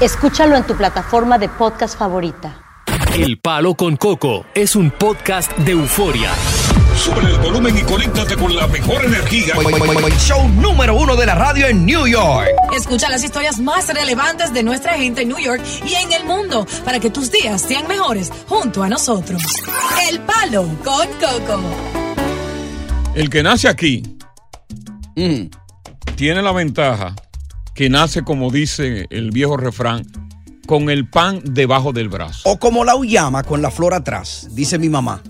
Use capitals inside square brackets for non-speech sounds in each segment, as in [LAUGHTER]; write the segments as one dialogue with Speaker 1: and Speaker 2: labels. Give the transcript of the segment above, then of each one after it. Speaker 1: Escúchalo en tu plataforma de podcast favorita.
Speaker 2: El Palo con Coco es un podcast de euforia.
Speaker 3: Sube el volumen y conéctate con la mejor energía.
Speaker 4: Show número uno de la radio en New York.
Speaker 5: Escucha las historias más relevantes de nuestra gente en New York y en el mundo para que tus días sean mejores junto a nosotros. El Palo con Coco.
Speaker 3: El que nace aquí tiene la ventaja que nace, como dice el viejo refrán, con el pan debajo del brazo.
Speaker 4: O como la uyama con la flor atrás, dice mi mamá.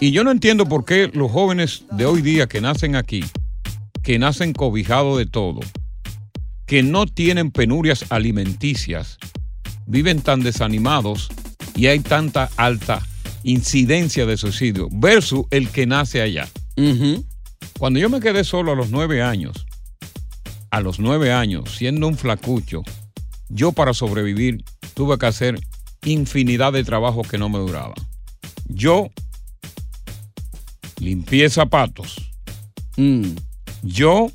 Speaker 3: Y yo no entiendo por qué los jóvenes de hoy día que nacen aquí, que nacen cobijados de todo, que no tienen penurias alimenticias, viven tan desanimados y hay tanta alta incidencia de suicidio versus el que nace allá. Cuando yo me quedé solo a los nueve años, a los nueve años, siendo un flacucho, yo para sobrevivir tuve que hacer infinidad de trabajos que no me duraban. Yo limpié zapatos.
Speaker 4: Mm.
Speaker 3: Yo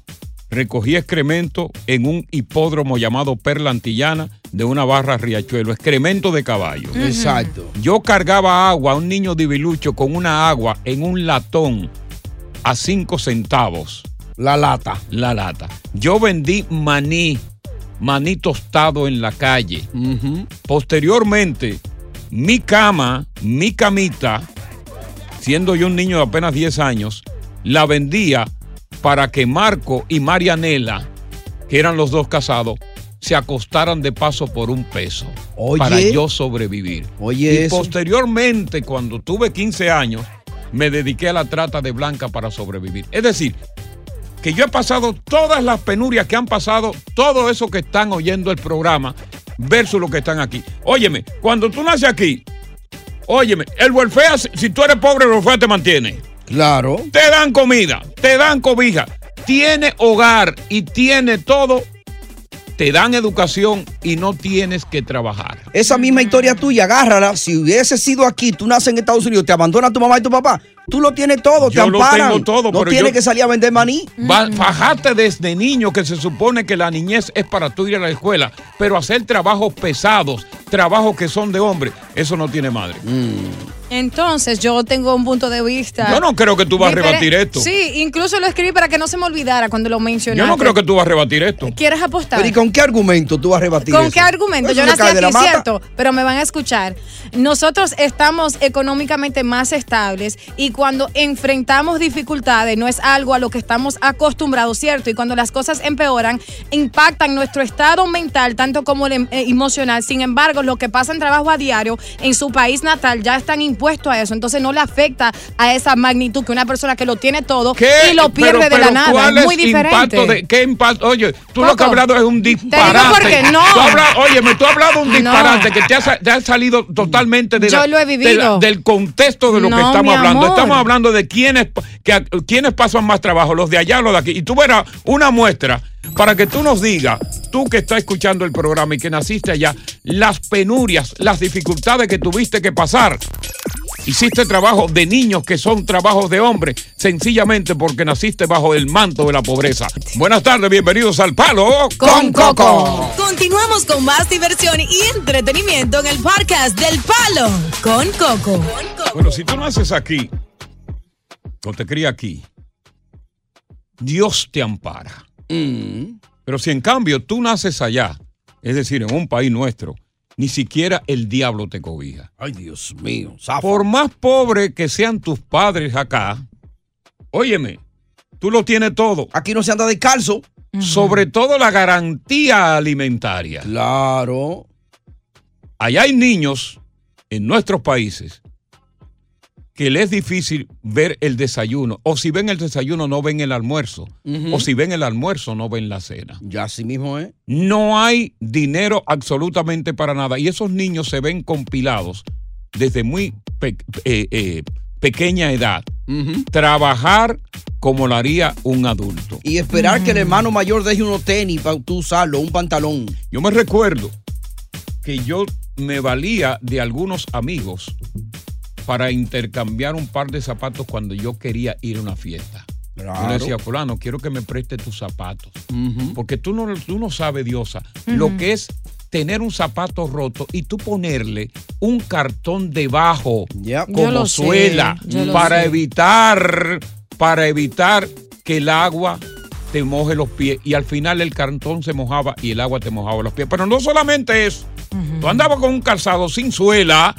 Speaker 3: recogí excremento en un hipódromo llamado Perla Antillana de una barra Riachuelo, excremento de caballo.
Speaker 4: Exacto.
Speaker 3: Yo cargaba agua, un niño divilucho con una agua en un latón a cinco centavos.
Speaker 4: La lata.
Speaker 3: La lata. Yo vendí maní, maní tostado en la calle. Posteriormente, mi cama, mi camita, siendo yo un niño de apenas 10 años, la vendía para que Marco y Marianela, que eran los dos casados, se acostaran de paso por un peso
Speaker 4: Oye.
Speaker 3: para yo sobrevivir.
Speaker 4: Oye,
Speaker 3: y
Speaker 4: eso.
Speaker 3: posteriormente, cuando tuve 15 años, me dediqué a la trata de blanca para sobrevivir. Es decir, que yo he pasado todas las penurias que han pasado, todo eso que están oyendo el programa, versus lo que están aquí. Óyeme, cuando tú naces aquí, óyeme, el welfare, si si tú eres pobre, el welfare te mantiene.
Speaker 4: Claro.
Speaker 3: Te dan comida, te dan cobija, tiene hogar y tiene todo, te dan educación y no tienes que trabajar.
Speaker 4: Esa misma historia tuya, agárrala. Si hubiese sido aquí, tú naces en Estados Unidos, te abandona tu mamá y tu papá, tú lo tienes todo,
Speaker 3: Yo
Speaker 4: te
Speaker 3: lo
Speaker 4: amparan.
Speaker 3: tengo todo,
Speaker 4: no
Speaker 3: pero
Speaker 4: tienes
Speaker 3: yo- Mm.
Speaker 4: que salir a vender maní.
Speaker 6: Mm.
Speaker 3: Va- Fajaste desde niño que se supone que la niñez es para tú ir a la escuela,
Speaker 6: Mm.
Speaker 3: pero hacer trabajos pesados, trabajos que son de hombre, eso no tiene madre.
Speaker 6: Entonces, yo tengo un punto de vista.
Speaker 3: Yo no creo que tú vas a
Speaker 6: diferente.
Speaker 3: rebatir esto.
Speaker 6: Sí, incluso lo escribí para que no se me olvidara cuando lo mencionaste.
Speaker 3: Yo no creo que tú vas a rebatir esto.
Speaker 6: ¿Quieres apostar?
Speaker 4: Pero ¿y con qué argumento tú vas a rebatir
Speaker 6: ¿Con
Speaker 4: eso?
Speaker 6: qué argumento?
Speaker 4: Eso
Speaker 6: Yo
Speaker 4: se
Speaker 6: nací
Speaker 4: cae de la
Speaker 6: aquí,
Speaker 4: mata.
Speaker 6: cierto, pero me van a escuchar. Nosotros estamos económicamente más estables y cuando enfrentamos dificultades no es algo a lo que estamos acostumbrados, cierto, y cuando las cosas empeoran, impactan nuestro estado mental tanto como el em- eh, emocional. Sin embargo, los que pasan trabajo a diario en su país natal ya están impuestos a eso, entonces no le afecta a esa magnitud que una persona que lo tiene todo y lo pierde
Speaker 3: Pero-
Speaker 6: de la
Speaker 3: pero
Speaker 6: nada.
Speaker 3: ¿cuál
Speaker 6: Es muy
Speaker 3: es impacto
Speaker 6: diferente.
Speaker 3: de- ¿Qué impacto? Oye, tú lo que
Speaker 6: Coco,
Speaker 3: has hablado es un disparate.
Speaker 6: por qué no.
Speaker 3: Tú habla- óyeme, tú has hablado un
Speaker 6: No.
Speaker 3: disparate que te ha, sa- te ha salido totalmente de
Speaker 6: Yo
Speaker 3: la-
Speaker 6: lo he
Speaker 3: de la-
Speaker 6: vivido.
Speaker 3: del contexto de lo que
Speaker 6: No, mi
Speaker 3: estamos hablando.
Speaker 6: amor.
Speaker 3: Estamos hablando de quiénes, que, quiénes pasan más trabajo, los de allá o los de aquí. Y tú verás una muestra para que tú nos digas, tú que estás escuchando el programa y que naciste allá, las penurias, las dificultades que tuviste que pasar. Hiciste trabajos de niños que son trabajos de hombres, sencillamente porque naciste bajo el manto de la pobreza. Buenas tardes, bienvenidos al Palo
Speaker 5: Con Coco. Continuamos con más diversión y entretenimiento en el podcast del Palo con Coco.
Speaker 3: Bueno, si tú naces aquí, o te cría aquí, Dios te ampara.
Speaker 4: Mm.
Speaker 3: Pero si en cambio tú naces allá, es decir, en un país nuestro, ni siquiera el diablo te cobija.
Speaker 4: Ay, Dios mío.
Speaker 3: Por más pobre que sean tus padres acá, óyeme, tú lo tienes todo.
Speaker 4: Aquí no se anda descalzo.
Speaker 3: Sobre todo la garantía alimentaria.
Speaker 4: Claro.
Speaker 3: Allá hay niños en nuestros países que les es difícil ver el desayuno. O si ven el desayuno, no ven el almuerzo.
Speaker 4: Ujú.
Speaker 3: O si ven el almuerzo, no ven la cena.
Speaker 4: Ya así mismo es.
Speaker 3: No hay dinero absolutamente para nada. Y esos niños se ven compilados desde muy pe- eh, eh, pequeña edad. Trabajar como lo haría un adulto.
Speaker 4: Y esperar que el hermano mayor deje unos tenis para tú usarlo, un pantalón.
Speaker 3: Yo me recuerdo que yo me valía de algunos amigos para intercambiar un par de zapatos cuando yo quería ir a una fiesta. Yo le decía, fulano, quiero que me preste tus zapatos. Porque tú no, tú no sabes, Diosa, lo
Speaker 7: Ujú.
Speaker 3: que es tener un zapato roto y tú ponerle un cartón debajo
Speaker 7: Yo
Speaker 3: como
Speaker 7: lo sé,
Speaker 3: suela
Speaker 7: yo lo
Speaker 3: para
Speaker 7: sé.
Speaker 3: evitar para evitar que el agua te moje los pies y al final el cartón se mojaba y el agua te mojaba los pies. Pero no solamente eso, tú andabas con un calzado sin suela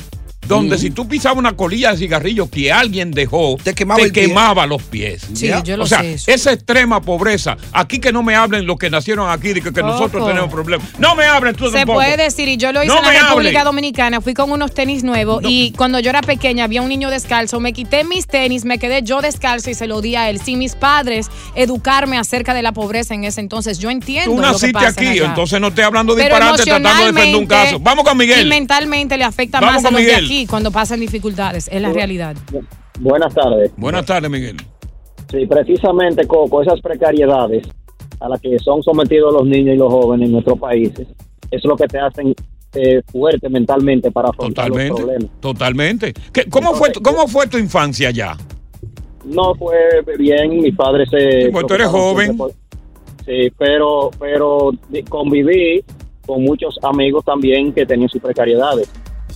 Speaker 3: donde si tú pisabas una colilla de cigarrillo que alguien dejó, te
Speaker 4: quemaba el pie.
Speaker 3: quemaba los pies.
Speaker 4: Sí,
Speaker 3: ¿Ya?
Speaker 4: yo lo
Speaker 3: o sea,
Speaker 4: sé eso.
Speaker 3: esa extrema pobreza. Aquí que no me hablen los que nacieron aquí de que, que nosotros
Speaker 6: Coco.
Speaker 3: tenemos problemas. No me hablen tú
Speaker 6: Se
Speaker 3: tampoco.
Speaker 6: puede decir, y yo lo hice
Speaker 3: No
Speaker 6: en la
Speaker 3: me
Speaker 6: República
Speaker 3: hable.
Speaker 6: Dominicana, fui con unos tenis nuevos y cuando yo era pequeña había un niño descalzo, me quité mis tenis, me quedé yo descalzo y se lo di a él, sin mis padres educarme acerca de la pobreza en ese entonces. Yo entiendo.
Speaker 3: Tú
Speaker 6: lo que
Speaker 3: naciste
Speaker 6: pasa
Speaker 3: aquí,
Speaker 6: allá.
Speaker 3: entonces no estoy hablando
Speaker 6: Pero
Speaker 3: disparate tratando de defender un
Speaker 6: emocionalmente
Speaker 3: caso. Vamos con
Speaker 6: Y
Speaker 3: Miguel.
Speaker 6: mentalmente le afecta
Speaker 3: Vamos
Speaker 6: más a
Speaker 3: con
Speaker 6: los de
Speaker 3: Miguel.
Speaker 6: aquí cuando pasan dificultades, es la realidad.
Speaker 8: Buenas tardes.
Speaker 3: Buenas tardes, Miguel.
Speaker 8: Sí, precisamente, Coco, esas precariedades a las que son sometidos los niños y los jóvenes en nuestros países, es lo que te hacen eh, fuerte mentalmente para afrontar los
Speaker 3: Totalmente,
Speaker 8: problemas.
Speaker 3: totalmente. ¿Qué- cómo, fue, tu- ¿Cómo fue tu infancia allá?
Speaker 8: No fue bien, mis padres se...
Speaker 3: Sí, pues tú eres joven.
Speaker 8: Sí, pero, pero di- conviví con muchos amigos también que tenían sus precariedades.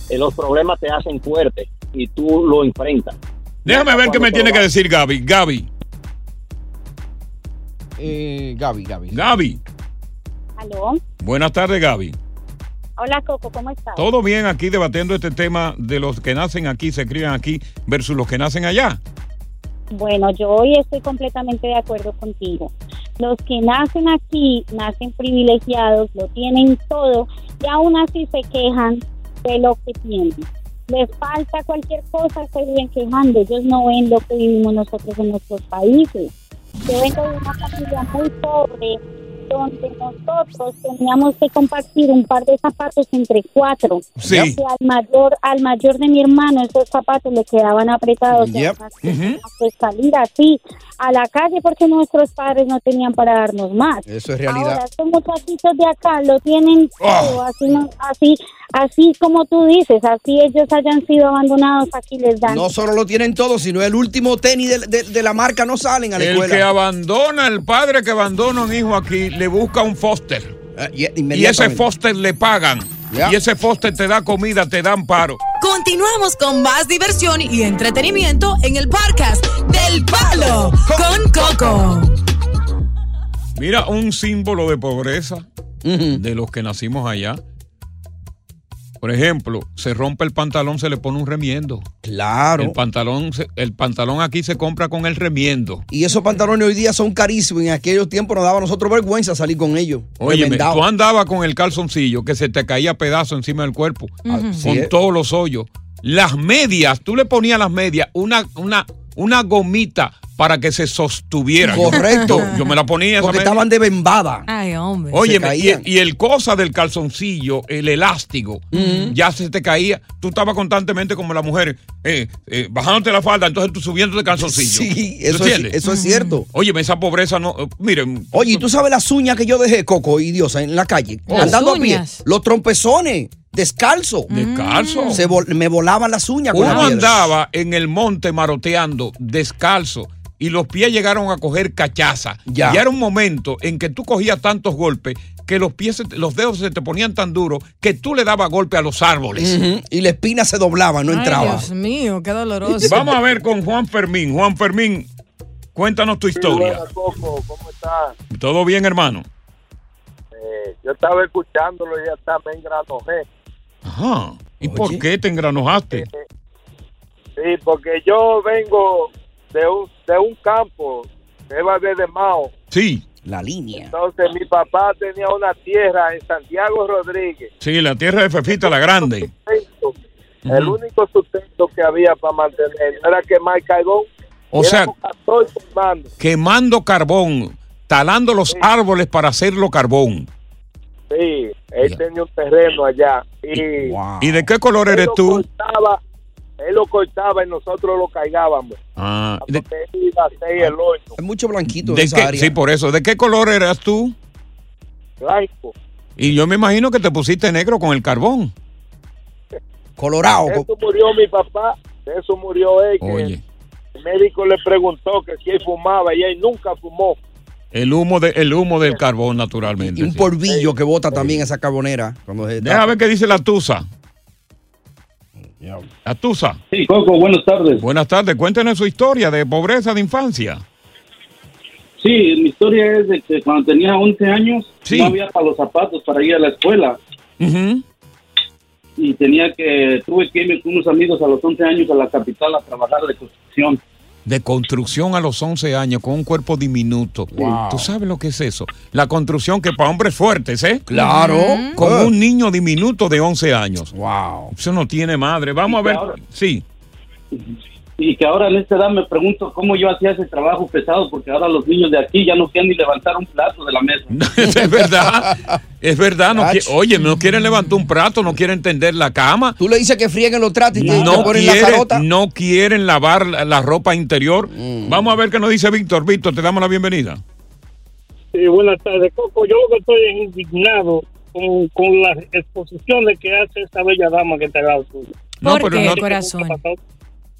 Speaker 8: Eh, los problemas te hacen fuerte y tú lo enfrentas.
Speaker 3: Déjame ver qué me
Speaker 8: Cuando
Speaker 3: tiene que
Speaker 8: trabajas.
Speaker 3: decir Gaby. Gaby,
Speaker 4: Eh, Gaby, Gaby.
Speaker 3: Gaby.
Speaker 9: Aló.
Speaker 3: Buenas tardes, Gaby.
Speaker 9: Hola, Coco, ¿cómo estás?
Speaker 3: Todo bien aquí debatiendo este tema de los que nacen aquí, se crían aquí, versus los que nacen allá.
Speaker 9: Bueno, yo hoy estoy completamente de acuerdo contigo. Los que nacen aquí, nacen privilegiados, lo tienen todo y aún así se quejan de lo que tienen. Les falta cualquier cosa, se viven quejando. Ellos no ven lo que vivimos nosotros en nuestros países. Yo vengo de una familia muy pobre, donde nosotros teníamos que compartir un par de zapatos entre cuatro.
Speaker 10: Sí.
Speaker 9: Que al mayor, al mayor de mi hermano, esos zapatos le quedaban apretados. y
Speaker 10: Yep.
Speaker 9: además pues salir así a la calle porque nuestros padres no tenían para darnos más.
Speaker 4: Eso es realidad. Ah.
Speaker 9: Ahora estos muchachitos de acá lo tienen todo, así, no- así, así como tú dices, así ellos hayan sido abandonados, aquí les dan.
Speaker 4: No solo lo tienen todo, sino el último tenis de, de- de la marca no salen a la
Speaker 3: El
Speaker 4: escuela.
Speaker 3: que abandona, el padre que abandona a un hijo aquí, le busca un foster.
Speaker 4: Ah, y,
Speaker 3: ese foster le pagan. Y ese foster te da comida, te da amparo.
Speaker 5: Continuamos con más diversión y entretenimiento en el podcast del Palo con Coco.
Speaker 3: Mira, un símbolo de pobreza de los que nacimos allá. Por ejemplo, se rompe el pantalón, se le pone un remiendo.
Speaker 4: Claro.
Speaker 3: El pantalón, se- el pantalón aquí se compra con el remiendo.
Speaker 4: Y esos pantalones hoy día son carísimos. En aquellos tiempos nos daba a nosotros vergüenza salir con ellos.
Speaker 3: Oye,
Speaker 4: Remendados.
Speaker 3: tú andabas con el calzoncillo que se te caía a pedazo encima del cuerpo, ah,
Speaker 4: Ujú. Así
Speaker 3: con
Speaker 4: es.
Speaker 3: todos los hoyos. Las medias, tú le ponías las medias, una, una, una gomita para que se sostuviera. Yo-
Speaker 4: Correcto.
Speaker 3: Yo, me la ponía. esa
Speaker 4: Porque
Speaker 3: media.
Speaker 4: estaban de bembada.
Speaker 5: Ay, hombre.
Speaker 3: Oye, y, y el cosa del calzoncillo, el elástico, ya se te caía. Tú estabas constantemente como la mujer, eh, eh, bajándote la falda, entonces tú subiendo el calzoncillo.
Speaker 4: Sí,
Speaker 3: ¿Tú
Speaker 4: eso es-
Speaker 3: entiendes?
Speaker 4: eso es cierto.
Speaker 3: Oye, esa pobreza no. eh, Miren,
Speaker 4: Oye, ¿y tú sabes las uñas que yo dejé, Coco, y Dios, en la calle?
Speaker 3: Oh.
Speaker 4: Andando
Speaker 3: Las
Speaker 4: a pie.
Speaker 3: uñas.
Speaker 4: Los trompezones, descalzo.
Speaker 3: Descalzo.
Speaker 4: Se vol- me volaban las uñas. con la
Speaker 3: uno
Speaker 4: piedra.
Speaker 3: andaba en el monte maroteando, descalzo, y los pies llegaron a coger cachaza.
Speaker 4: Ya.
Speaker 3: Y era un momento en que tú cogías tantos golpes que los pies, se te- los dedos se te ponían tan duros que tú le dabas golpe a los árboles.
Speaker 4: Ujú, Y la espina se doblaba, no
Speaker 6: Ay,
Speaker 4: entraba.
Speaker 6: Dios mío, qué doloroso.
Speaker 3: Vamos a ver con Juan Fermín. Juan Fermín, cuéntanos tu historia.
Speaker 11: Coco, ¿cómo estás?
Speaker 3: ¿Todo bien, hermano?
Speaker 11: Eh, yo estaba escuchándolo y ya está, me engranojé.
Speaker 3: Ajá. ¿Y por qué te engranojaste?
Speaker 11: Eh, Sí, porque yo vengo de un, de un campo, de Valle de Mao.
Speaker 3: Sí.
Speaker 4: La línea.
Speaker 11: Entonces mi papá tenía una tierra en Santiago Rodríguez,
Speaker 3: Sí, la tierra de Fefita la Grande.
Speaker 11: el
Speaker 3: Ujú.
Speaker 11: único sustento que había para mantener era que Mike Caigón
Speaker 3: O sea,
Speaker 11: éramos 14 hermanos.
Speaker 3: quemando carbón, talando los árboles para hacerlo carbón.
Speaker 11: Sí, él tenía un terreno allá y
Speaker 3: ¿Y de qué color
Speaker 11: él
Speaker 3: eres
Speaker 11: lo
Speaker 3: tú?
Speaker 11: cortaba, él lo cortaba y nosotros lo caigábamos.
Speaker 3: Ah, ¿de,
Speaker 11: Porque él iba a hacer el hoyo.
Speaker 4: Hay mucho blanquito
Speaker 3: de
Speaker 4: en esa
Speaker 3: qué-
Speaker 4: área.
Speaker 3: sí, por eso. ¿De qué color eras tú?
Speaker 11: blanco.
Speaker 3: Y yo me imagino que te pusiste negro con el carbón.
Speaker 4: Colorado.
Speaker 11: De eso murió mi papá, de eso murió él. que
Speaker 3: Oye.
Speaker 11: El médico le preguntó que si él fumaba y él nunca fumó.
Speaker 3: El humo, de, el humo del carbón, naturalmente.
Speaker 4: Y un
Speaker 3: sí.
Speaker 4: polvillo que bota también esa carbonera. Cuando se
Speaker 3: Deja ver qué dice la Tusa. La Tusa.
Speaker 12: Sí, Coco, buenas tardes.
Speaker 3: Buenas tardes. Cuéntenos su historia de pobreza de infancia.
Speaker 12: Sí, mi historia es de que cuando tenía 11 años
Speaker 3: Sí.
Speaker 12: no había para los zapatos para ir a la escuela
Speaker 3: Ujú.
Speaker 12: y tenía que tuve que irme con unos amigos a los 11 años a la capital a trabajar de construcción.
Speaker 3: De construcción a los 11 años con un cuerpo diminuto. ¿Tú sabes lo que es eso? La construcción que para hombres fuertes, ¿eh?
Speaker 4: Claro. Ah.
Speaker 3: Ujú. Con un niño diminuto de 11 años.
Speaker 4: Wow.
Speaker 3: Eso no tiene madre. Vamos a
Speaker 12: Y que
Speaker 3: ver.
Speaker 12: ahora-
Speaker 3: Sí.
Speaker 12: Y que ahora en esta edad me pregunto cómo yo hacía ese trabajo pesado porque ahora los niños de aquí ya no quieren ni levantar un plato de la mesa.
Speaker 3: es verdad. Es verdad. No qui- oye, no quieren levantar un plato, no quieren tender la cama.
Speaker 4: Tú le dices que frieguen los tratos y te, te
Speaker 3: no
Speaker 4: ponen la
Speaker 3: quieren,
Speaker 4: carota. Mm.
Speaker 3: no quieren lavar la, la ropa interior. Vamos a ver qué nos dice Víctor. Víctor, te damos la bienvenida.
Speaker 13: Sí, buenas tardes, Coco. Yo lo que estoy es indignado con, con las exposiciones que hace esta bella dama que te ha dado tú.
Speaker 3: No, ¿Por pero qué, no-
Speaker 13: corazón?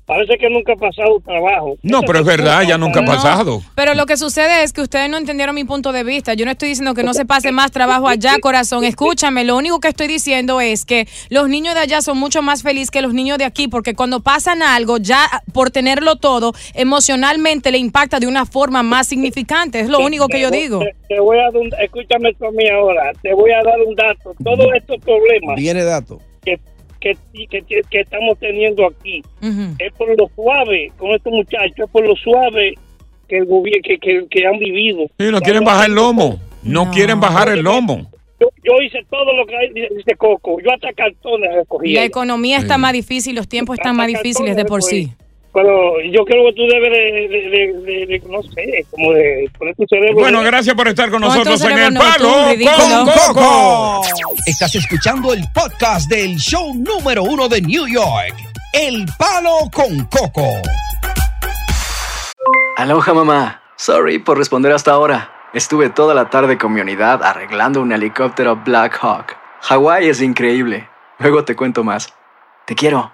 Speaker 13: Parece que nunca ha pasado trabajo.
Speaker 3: No, pero es verdad, ya nunca ha
Speaker 13: No.
Speaker 3: pasado.
Speaker 6: Pero lo que sucede es que ustedes no entendieron mi punto de vista. Yo no estoy diciendo que no se pase más trabajo allá, corazón. Escúchame, lo único que estoy diciendo es que los niños de allá son mucho más felices que los niños de aquí, porque cuando pasan algo, ya por tenerlo todo, emocionalmente le impacta de una forma más significante. Es lo único que yo
Speaker 13: Te-
Speaker 6: digo.
Speaker 13: Te, te voy a dar un- escúchame tú a mí ahora. Te voy a dar un dato. Todos estos problemas
Speaker 4: Viene dato.
Speaker 13: que, que, que, que- que estamos teniendo aquí es por lo suave con estos muchachos, es por lo suave que el gobierno que, que, que han vivido.
Speaker 3: Sí, no quieren bajar el lomo. No, quieren bajar el lomo.
Speaker 13: Yo, yo hice todo lo que hay- dice Coco. Yo hasta cartones recogí.
Speaker 6: La economía está más difícil, los tiempos están más difíciles de por sí.
Speaker 13: Pero yo creo que tú debes de, de- de- de- de- no sé, como de poner tu cerebro.
Speaker 3: Bueno, gracias por estar con
Speaker 13: Con
Speaker 3: nosotros
Speaker 13: todo
Speaker 3: en el
Speaker 13: cerebro, no, tú,
Speaker 3: palo con
Speaker 13: ridículo.
Speaker 3: Coco.
Speaker 4: Estás escuchando el podcast del show número uno de New York. El palo con coco.
Speaker 14: Aloha mamá. Sorry por responder hasta ahora. Estuve toda la tarde con mi unidad arreglando un helicóptero Black Hawk. Hawái es increíble. Luego te cuento más. Te quiero.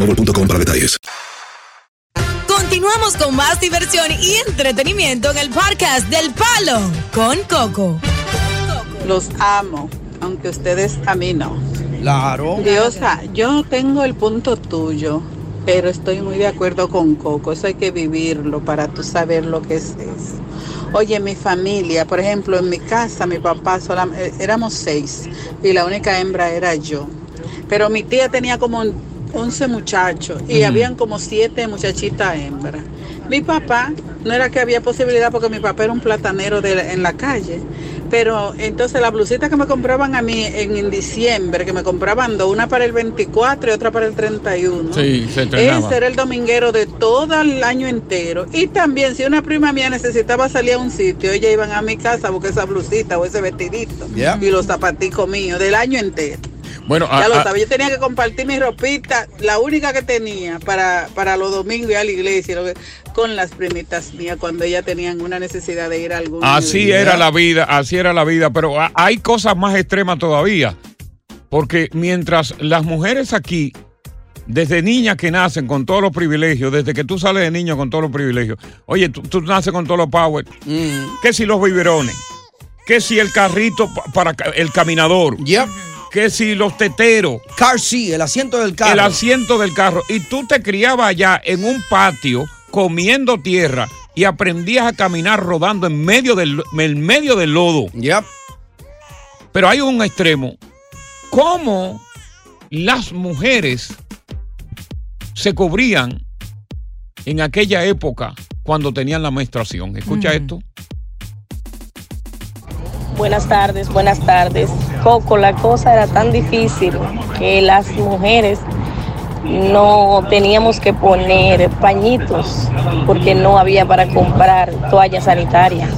Speaker 15: para detalles.
Speaker 5: Continuamos con más diversión y entretenimiento en el podcast del Palo con Coco.
Speaker 16: Los amo, aunque ustedes a mí no.
Speaker 4: Claro.
Speaker 16: Diosa, yo no tengo el punto tuyo, pero estoy muy de acuerdo con Coco. Eso hay que vivirlo para tú saber lo que es eso. Oye, mi familia, por ejemplo, en mi casa, mi papá, sola- eh, éramos seis y la única hembra era yo. Pero mi tía tenía como 11 muchachos y
Speaker 17: Ujú.
Speaker 16: habían como siete muchachitas hembras. Mi papá, no era que había posibilidad porque mi papá era un platanero de la- en la calle, pero entonces la blusita que me compraban a mí en, en diciembre, que me compraban dos, una para el 24 y otra para el 31.
Speaker 3: Sí, se entrenaba.
Speaker 16: Ese era el dominguero de todo el año entero. Y también si una prima mía necesitaba salir a un sitio, ella iban a mi casa a buscar esa blusita o ese vestidito
Speaker 3: Yeah.
Speaker 16: y los zapaticos míos del año entero.
Speaker 3: Bueno, ah, a-
Speaker 16: ya lo
Speaker 3: a-
Speaker 16: sabes, yo tenía que compartir mi ropita, la única que tenía para, para los domingos y a la iglesia, lo que- con las primitas mías cuando ellas tenían una necesidad de ir a algún
Speaker 3: Así era la vida, así era la vida, pero ha- hay cosas más extremas todavía. Porque mientras las mujeres aquí, desde niñas que nacen con todos los privilegios, desde que tú sales de niño con todos los privilegios, oye, tú, tú naces con todos los power, ¿qué si los biberones? ¿Qué si el carrito pa- para ca- el caminador? ¿Qué si los teteros?
Speaker 4: Car seat, el asiento del carro.
Speaker 3: El asiento del carro. Y tú te criabas allá en un patio comiendo tierra y aprendías a caminar rodando en medio del, en medio del lodo. Pero hay un extremo. ¿Cómo las mujeres se cubrían en aquella época cuando tenían la menstruación? Escucha esto.
Speaker 18: Buenas tardes, buenas tardes. Coco, la cosa era tan difícil que las mujeres no teníamos que poner pañitos porque no había para comprar toallas sanitarias.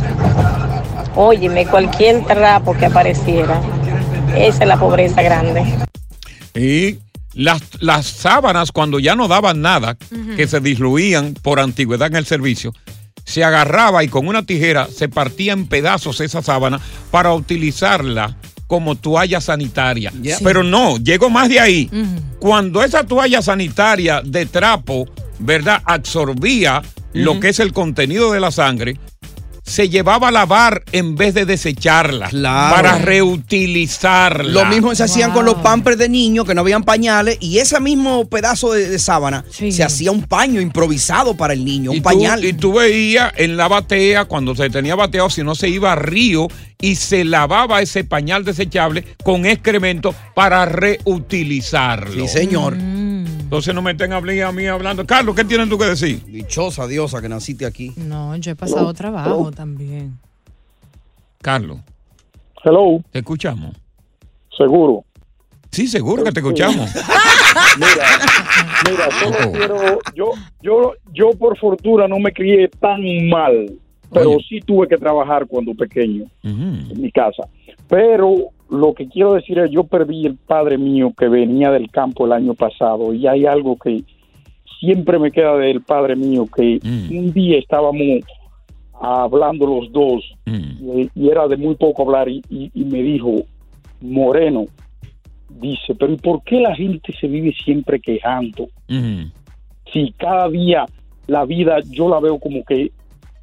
Speaker 18: Óyeme, cualquier trapo que apareciera, esa es la pobreza grande.
Speaker 3: Y las, las sábanas, cuando ya no daban nada, que se diluían por antigüedad en el servicio, se agarraba y con una tijera se partía en pedazos esa sábana para utilizarla como toalla sanitaria.
Speaker 12: Yeah. Sí.
Speaker 3: Pero no, llego más de ahí. Cuando esa toalla sanitaria de trapo, ¿verdad?, absorbía lo que es el contenido de la sangre, se llevaba a lavar en vez de desecharla para reutilizarla.
Speaker 4: Lo mismo se hacían con los pampers de niños que no habían pañales y ese mismo pedazo de, de sábana se hacía un paño improvisado para el niño, un
Speaker 3: tú-
Speaker 4: pañal.
Speaker 3: y tú veías en la batea, cuando se tenía bateado, si no se iba a río y se lavaba ese pañal desechable con excremento para
Speaker 4: Sí,
Speaker 3: reutilizarlo.
Speaker 4: señor.
Speaker 3: Entonces no me estén hablando a mí hablando. Carlos, ¿qué tienes tú que decir?
Speaker 4: Dichosa diosa que naciste aquí.
Speaker 6: No, yo he pasado trabajo también.
Speaker 3: Carlos.
Speaker 7: Hello.
Speaker 3: ¿Te escuchamos?
Speaker 7: Seguro.
Speaker 3: Sí, seguro que te escuchamos.
Speaker 7: Mira, solo quiero- yo, yo, yo por fortuna no me crié tan mal, pero sí tuve que trabajar cuando pequeño en mi casa. Pero lo que quiero decir es, yo perdí el padre mío que venía del campo el año pasado y hay algo que siempre me queda del padre mío que un día estábamos hablando los dos
Speaker 3: Mm,
Speaker 7: y, y era de muy poco hablar y, y- y me dijo, Moreno, dice, pero ¿y por qué la gente se vive siempre quejando? Si cada día la vida yo la veo como que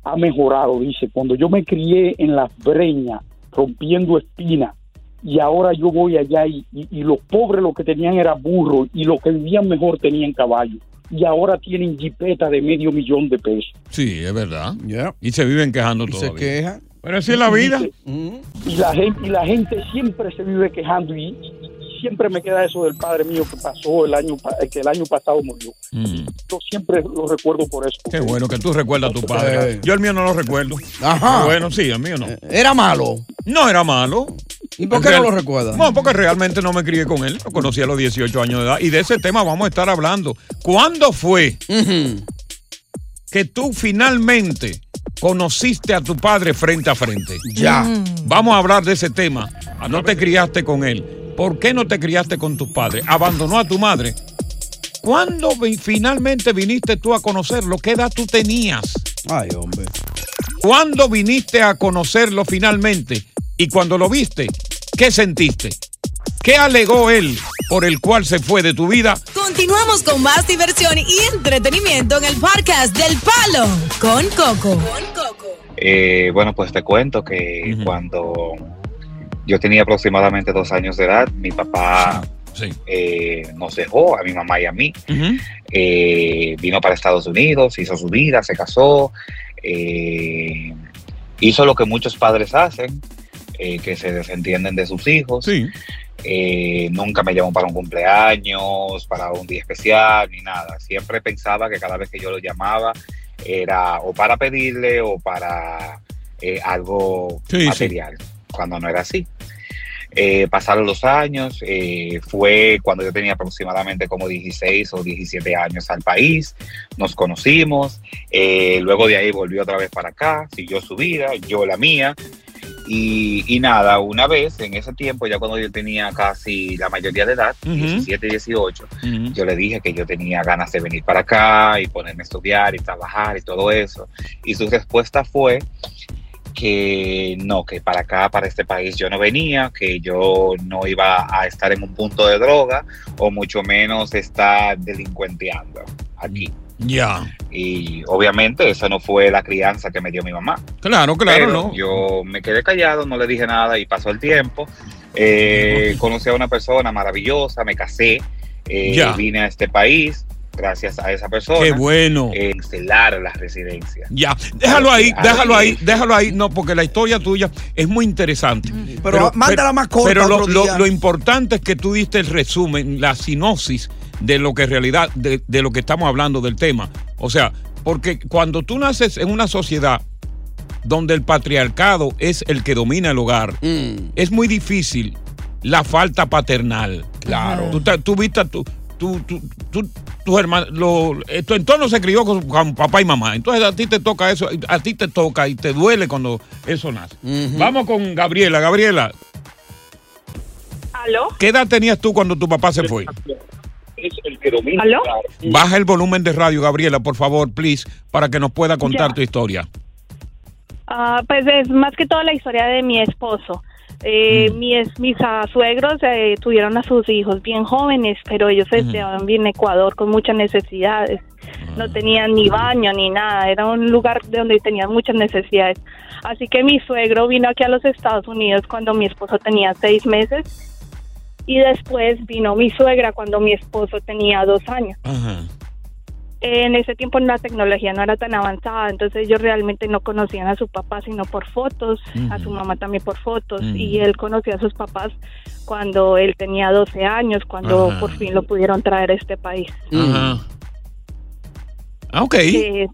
Speaker 7: ha mejorado, dice, cuando yo me crié en las breñas rompiendo espinas y ahora yo voy allá y, y- y los pobres lo que tenían era burro y los que vivían mejor tenían caballo y ahora tienen jipeta de medio millón de pesos.
Speaker 3: Sí, es verdad. Y se viven quejando todavía.
Speaker 4: quejan.
Speaker 3: Pero así es la vida.
Speaker 7: Y la gente, y la gente siempre se vive quejando y, y siempre me queda eso del padre mío que pasó el año pa- que el año pasado murió.
Speaker 3: Mm.
Speaker 7: Yo siempre lo recuerdo por eso.
Speaker 3: Qué bueno que tú recuerdas a tu padre. Yo el mío no lo recuerdo.
Speaker 4: Eh. Ajá. Eh,
Speaker 3: Pero Bueno, sí, el mío no.
Speaker 4: ¿Era malo?
Speaker 3: No era malo.
Speaker 4: ¿Y por qué no lo recuerdas?
Speaker 3: No, porque realmente no me crié con él. Lo conocí a los 18 años de edad. Y de ese tema vamos a estar hablando. ¿Cuándo fue que tú finalmente conociste a tu padre frente a frente?
Speaker 4: Ya.
Speaker 3: Vamos a hablar de ese tema. Ah, No te criaste con él. ¿Por qué no te criaste con tus padres? ¿Abandonó a tu madre? ¿Cuándo vi- finalmente viniste tú a conocerlo? ¿Qué edad tú tenías?
Speaker 4: Ay, hombre.
Speaker 3: ¿Cuándo viniste a conocerlo finalmente? Y cuando lo viste, ¿qué sentiste? ¿Qué alegó él por el cual se fue de tu vida?
Speaker 5: Continuamos con más diversión y entretenimiento en el podcast del Palo con Coco.
Speaker 17: Eh, bueno, pues te cuento que cuando yo tenía aproximadamente dos años de edad, mi papá eh, nos dejó a mi mamá y a mí. Eh, vino para Estados Unidos, hizo su vida, se casó, eh, hizo lo que muchos padres hacen, eh, que se desentienden de sus hijos. Eh, nunca me llamó para un cumpleaños, para un día especial, ni nada. Siempre pensaba que cada vez que yo lo llamaba era o para pedirle o para eh, algo
Speaker 3: Sí, sí.
Speaker 17: material, cuando no era así. Eh, pasaron los años, eh, fue cuando yo tenía aproximadamente como 16 o 17 años al país, nos conocimos, eh, luego de ahí volvió otra vez para acá, siguió su vida, yo la mía, y, y nada, una vez en ese tiempo, ya cuando yo tenía casi la mayoría de edad,
Speaker 12: Ujú.
Speaker 17: 17, 18, yo le dije que yo tenía ganas de venir para acá y ponerme a estudiar y trabajar y todo eso. Y su respuesta fue que no, que para acá, para este país yo no venía, que yo no iba a estar en un punto de droga o mucho menos estar delincuenteando aquí.
Speaker 3: Ya.
Speaker 17: Y obviamente esa no fue la crianza que me dio mi mamá.
Speaker 3: Claro, claro,
Speaker 17: Pero
Speaker 3: no.
Speaker 17: Yo me quedé callado, no le dije nada y pasó el tiempo. Eh, conocí a una persona maravillosa, me casé, eh,
Speaker 3: Ya.
Speaker 17: vine a este país gracias a esa persona.
Speaker 3: Qué bueno.
Speaker 17: Eh, Cancelar la residencia.
Speaker 3: Ya, déjalo ahí,
Speaker 17: Ah,
Speaker 3: déjalo
Speaker 17: sí.
Speaker 3: ahí, déjalo ahí. No, porque la historia tuya es muy interesante. Pero,
Speaker 4: Mm. mándala más corta
Speaker 3: Pero lo,
Speaker 4: otro
Speaker 3: lo-
Speaker 4: día.
Speaker 3: lo importante es que tú diste el resumen, la sinopsis de lo que en realidad, de, de lo que estamos hablando del tema. O sea, porque cuando tú naces en una sociedad donde el patriarcado es el que domina el hogar,
Speaker 4: Mm.
Speaker 3: es muy difícil la falta paternal. Claro. Tú, te- tú viste a tu, tú- tú- tú- tus hermanos, lo- eh, tu entorno se crió con, con papá y mamá. Entonces a ti te toca eso, a ti te toca y te duele cuando eso nace. Vamos con Gabriela. Gabriela,
Speaker 19: ¿Aló?
Speaker 3: ¿qué edad tenías tú cuando tu papá se fue?
Speaker 19: Es el que domina. ¿Aló?
Speaker 3: Baja el volumen de radio, Gabriela, por favor, please, para que nos pueda contar
Speaker 19: Ya.
Speaker 3: tu historia.
Speaker 19: Ah, pues es más que toda la historia de mi esposo. Eh, mi es- mis ah, suegros eh, tuvieron a sus hijos bien jóvenes, pero ellos se llevaban bien a Ecuador con muchas necesidades. No tenían ni baño ni nada, era un lugar de donde tenían muchas necesidades. Así que mi suegro vino aquí a los Estados Unidos cuando mi esposo tenía seis meses y después vino mi suegra cuando mi esposo tenía dos años. en ese tiempo la tecnología no era tan avanzada, entonces ellos realmente no conocían a su papá sino por fotos, a su mamá también por fotos, y él conoció a sus papás cuando él tenía 12 años, cuando
Speaker 3: Ajá.
Speaker 19: por fin lo pudieron traer a este país.
Speaker 3: Ajá. Ah, ok.
Speaker 19: Eh,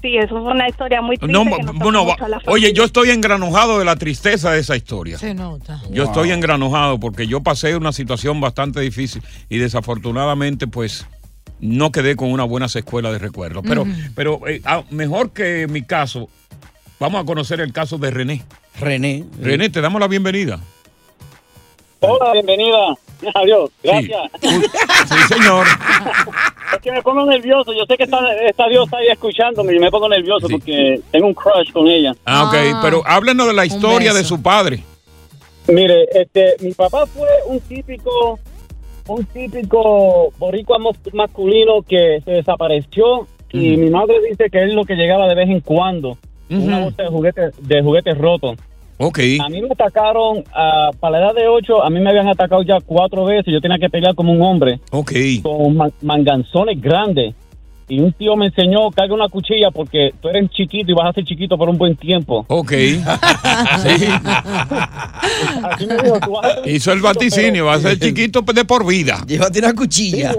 Speaker 19: sí, eso fue una historia muy triste.
Speaker 3: No,
Speaker 19: que nos tocó
Speaker 3: bueno,
Speaker 19: mucho
Speaker 3: va-
Speaker 19: a la
Speaker 3: oye, yo estoy engranojado de la tristeza de esa historia.
Speaker 19: familia.
Speaker 3: Yo
Speaker 19: Wow.
Speaker 3: estoy engranojado porque yo pasé una situación bastante difícil y desafortunadamente pues no quedé con una buena secuela de recuerdos. Pero,
Speaker 4: Ujú.
Speaker 3: pero eh, ah, mejor que mi caso, vamos a conocer el caso de René.
Speaker 4: René.
Speaker 3: René, te damos la bienvenida.
Speaker 12: Hola, bienvenida. [LAUGHS] Adiós, gracias.
Speaker 3: Sí, señor.
Speaker 12: Es que me pongo nervioso. Yo sé que está, esta Dios está ahí escuchándome y me pongo nervioso porque Eh, tengo un crush con ella.
Speaker 3: Ah, ok, pero háblenos de la historia de su padre.
Speaker 12: Mire, este, mi papá fue un típico, un típico boricua mos- masculino que se desapareció y mi madre dice que es lo que llegaba de vez en cuando, una bolsa de juguetes, de juguetes rotos.
Speaker 3: Ok.
Speaker 12: A mí me atacaron, ah, para la edad de 8, a mí me habían atacado ya cuatro veces. Yo tenía que pelear como un hombre.
Speaker 3: Ok.
Speaker 12: Con ma- manganzones grandes. Y un tío me enseñó, carga una cuchilla porque tú eres chiquito y vas a ser chiquito por un buen tiempo.
Speaker 3: Ok. [LAUGHS]
Speaker 12: [LAUGHS]
Speaker 3: Hizo el vaticinio, va a
Speaker 4: [LAUGHS]
Speaker 3: ser chiquito de por vida.
Speaker 4: Llévate una cuchilla.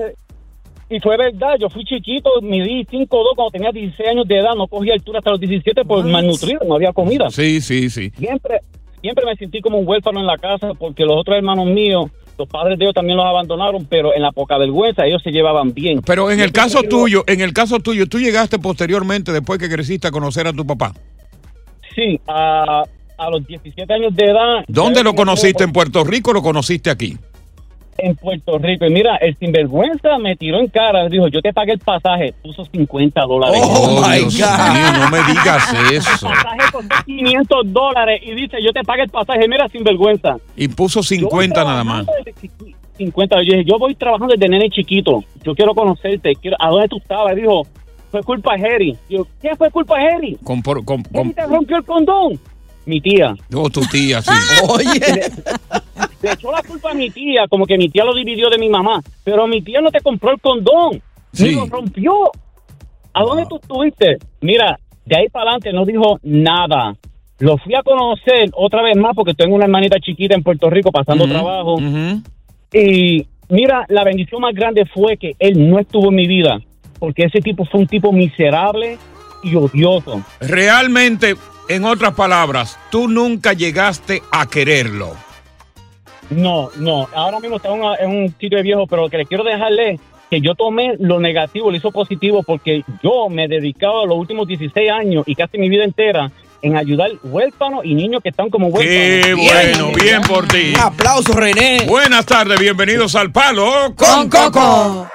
Speaker 12: Y fue verdad, yo fui chiquito, midí 5'2 cuando tenía 16 años de edad, no cogí altura hasta los 17 por pues, malnutrido, no había comida.
Speaker 3: Sí, sí, sí.
Speaker 12: Siempre, siempre me sentí como un huérfano en la casa porque los otros hermanos míos, los padres de ellos también los abandonaron, pero en la poca vergüenza ellos se llevaban bien.
Speaker 3: Pero en el
Speaker 12: Siempre
Speaker 3: caso
Speaker 12: me quedó-
Speaker 3: tuyo, en el caso tuyo, tú llegaste posteriormente, después que creciste, a conocer a tu papá.
Speaker 12: Sí, a, a los 17 años de edad.
Speaker 3: ¿Dónde
Speaker 12: ya
Speaker 3: lo
Speaker 12: me quedó
Speaker 3: conociste? ¿En Puerto Rico o lo conociste aquí?
Speaker 12: En Puerto Rico. Y mira, el sinvergüenza me tiró en cara, me dijo, yo te pagué el pasaje, puso 50 dólares.
Speaker 3: Oh, Dios mío, no me digas eso.
Speaker 12: pasaje costó 500 dólares y dice, yo te pago el pasaje, mira, sinvergüenza.
Speaker 3: Y puso 50 nada más.
Speaker 12: 50, yo dije, yo voy trabajando desde nene chiquito, yo quiero conocerte, quiero, ¿a dónde tú estabas? Y dijo, fue culpa de Jerry. Yo, ¿qué fue culpa de Jerry?
Speaker 3: Con, por- con- con-
Speaker 12: Jerry te rompió el condón. Mi tía.
Speaker 3: Oh, tu tía,
Speaker 12: [LAUGHS]
Speaker 3: sí.
Speaker 12: Le echó la culpa a mi tía, como que mi tía lo dividió de mi mamá. Pero mi tía no te compró el condón.
Speaker 3: Sí.
Speaker 12: Ni lo rompió. ¿A dónde tú estuviste? Mira, de ahí para adelante no dijo nada. Lo fui a conocer otra vez más porque tengo una hermanita chiquita en Puerto Rico pasando trabajo. Y mira, la bendición más grande fue que él no estuvo en mi vida. Porque ese tipo fue un tipo miserable y odioso.
Speaker 3: Realmente, en otras palabras, tú nunca llegaste a quererlo.
Speaker 12: No, no. Ahora mismo está en una- en un sitio de viejo, pero lo que le quiero dejarle que yo tomé lo negativo, lo hizo positivo, porque yo me he dedicado los últimos 16 años y casi mi vida entera en ayudar huérfanos y niños que están como huérfanos.
Speaker 3: Qué bueno, bien por ti.
Speaker 12: Aplausos, René.
Speaker 3: Buenas tardes, bienvenidos al Palo
Speaker 4: con Coco.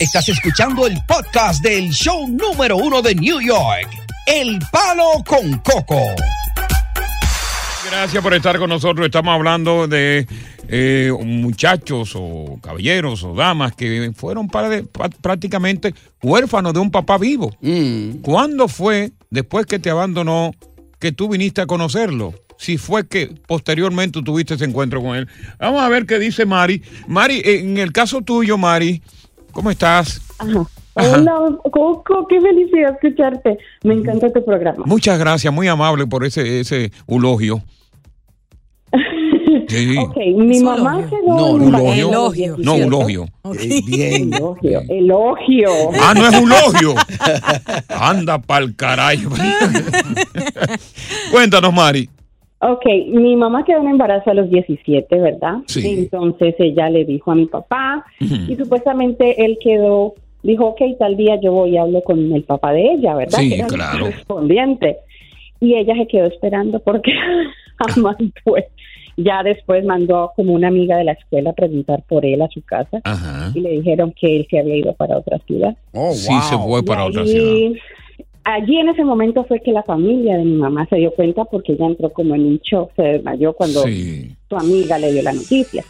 Speaker 4: Estás escuchando el podcast del show número uno de New York, El Palo con Coco.
Speaker 3: Gracias por estar con nosotros. Estamos hablando de eh, muchachos o caballeros o damas que fueron para de- pa- prácticamente huérfanos de un papá vivo. ¿Cuándo fue, después que te abandonó, que tú viniste a conocerlo? Si fue que posteriormente tuviste ese encuentro con él. Vamos a ver qué dice Mari. Mari, en el caso tuyo, Mari, ¿cómo estás?
Speaker 1: Hola, Coco, qué felicidad escucharte. Me encanta tu programa.
Speaker 3: Muchas gracias, muy amable por ese, ese elogio. Sí.
Speaker 1: Ok, mi mamá quedó
Speaker 3: No,
Speaker 1: embarazada.
Speaker 3: ulogio. No, ulogio.
Speaker 1: Bien. [LAUGHS] Elogio, elogio.
Speaker 3: Ah, no es un logio.
Speaker 1: [LAUGHS]
Speaker 3: Anda pa'l carajo. Cuéntanos, Mari.
Speaker 1: Ok, mi mamá quedó en embarazo a los 17, ¿verdad?
Speaker 3: Sí.
Speaker 1: Entonces ella le dijo a mi papá y supuestamente él quedó, dijo, ok, tal día yo voy y hablo con el papá de ella, ¿verdad?
Speaker 2: Sí,
Speaker 1: Que era el
Speaker 2: claro.
Speaker 1: Correspondiente. Y ella se quedó esperando porque [LAUGHS] jamás fue. Ya después mandó como una amiga de la escuela a preguntar por él a su casa y le dijeron que él se había ido para otra ciudad.
Speaker 3: sí, se fue para otra
Speaker 1: Y
Speaker 3: ciudad.
Speaker 1: Allí en ese momento fue que la familia de mi mamá se dio cuenta porque ella entró como en un shock, se desmayó cuando
Speaker 3: Sí.
Speaker 1: su amiga le dio la noticia.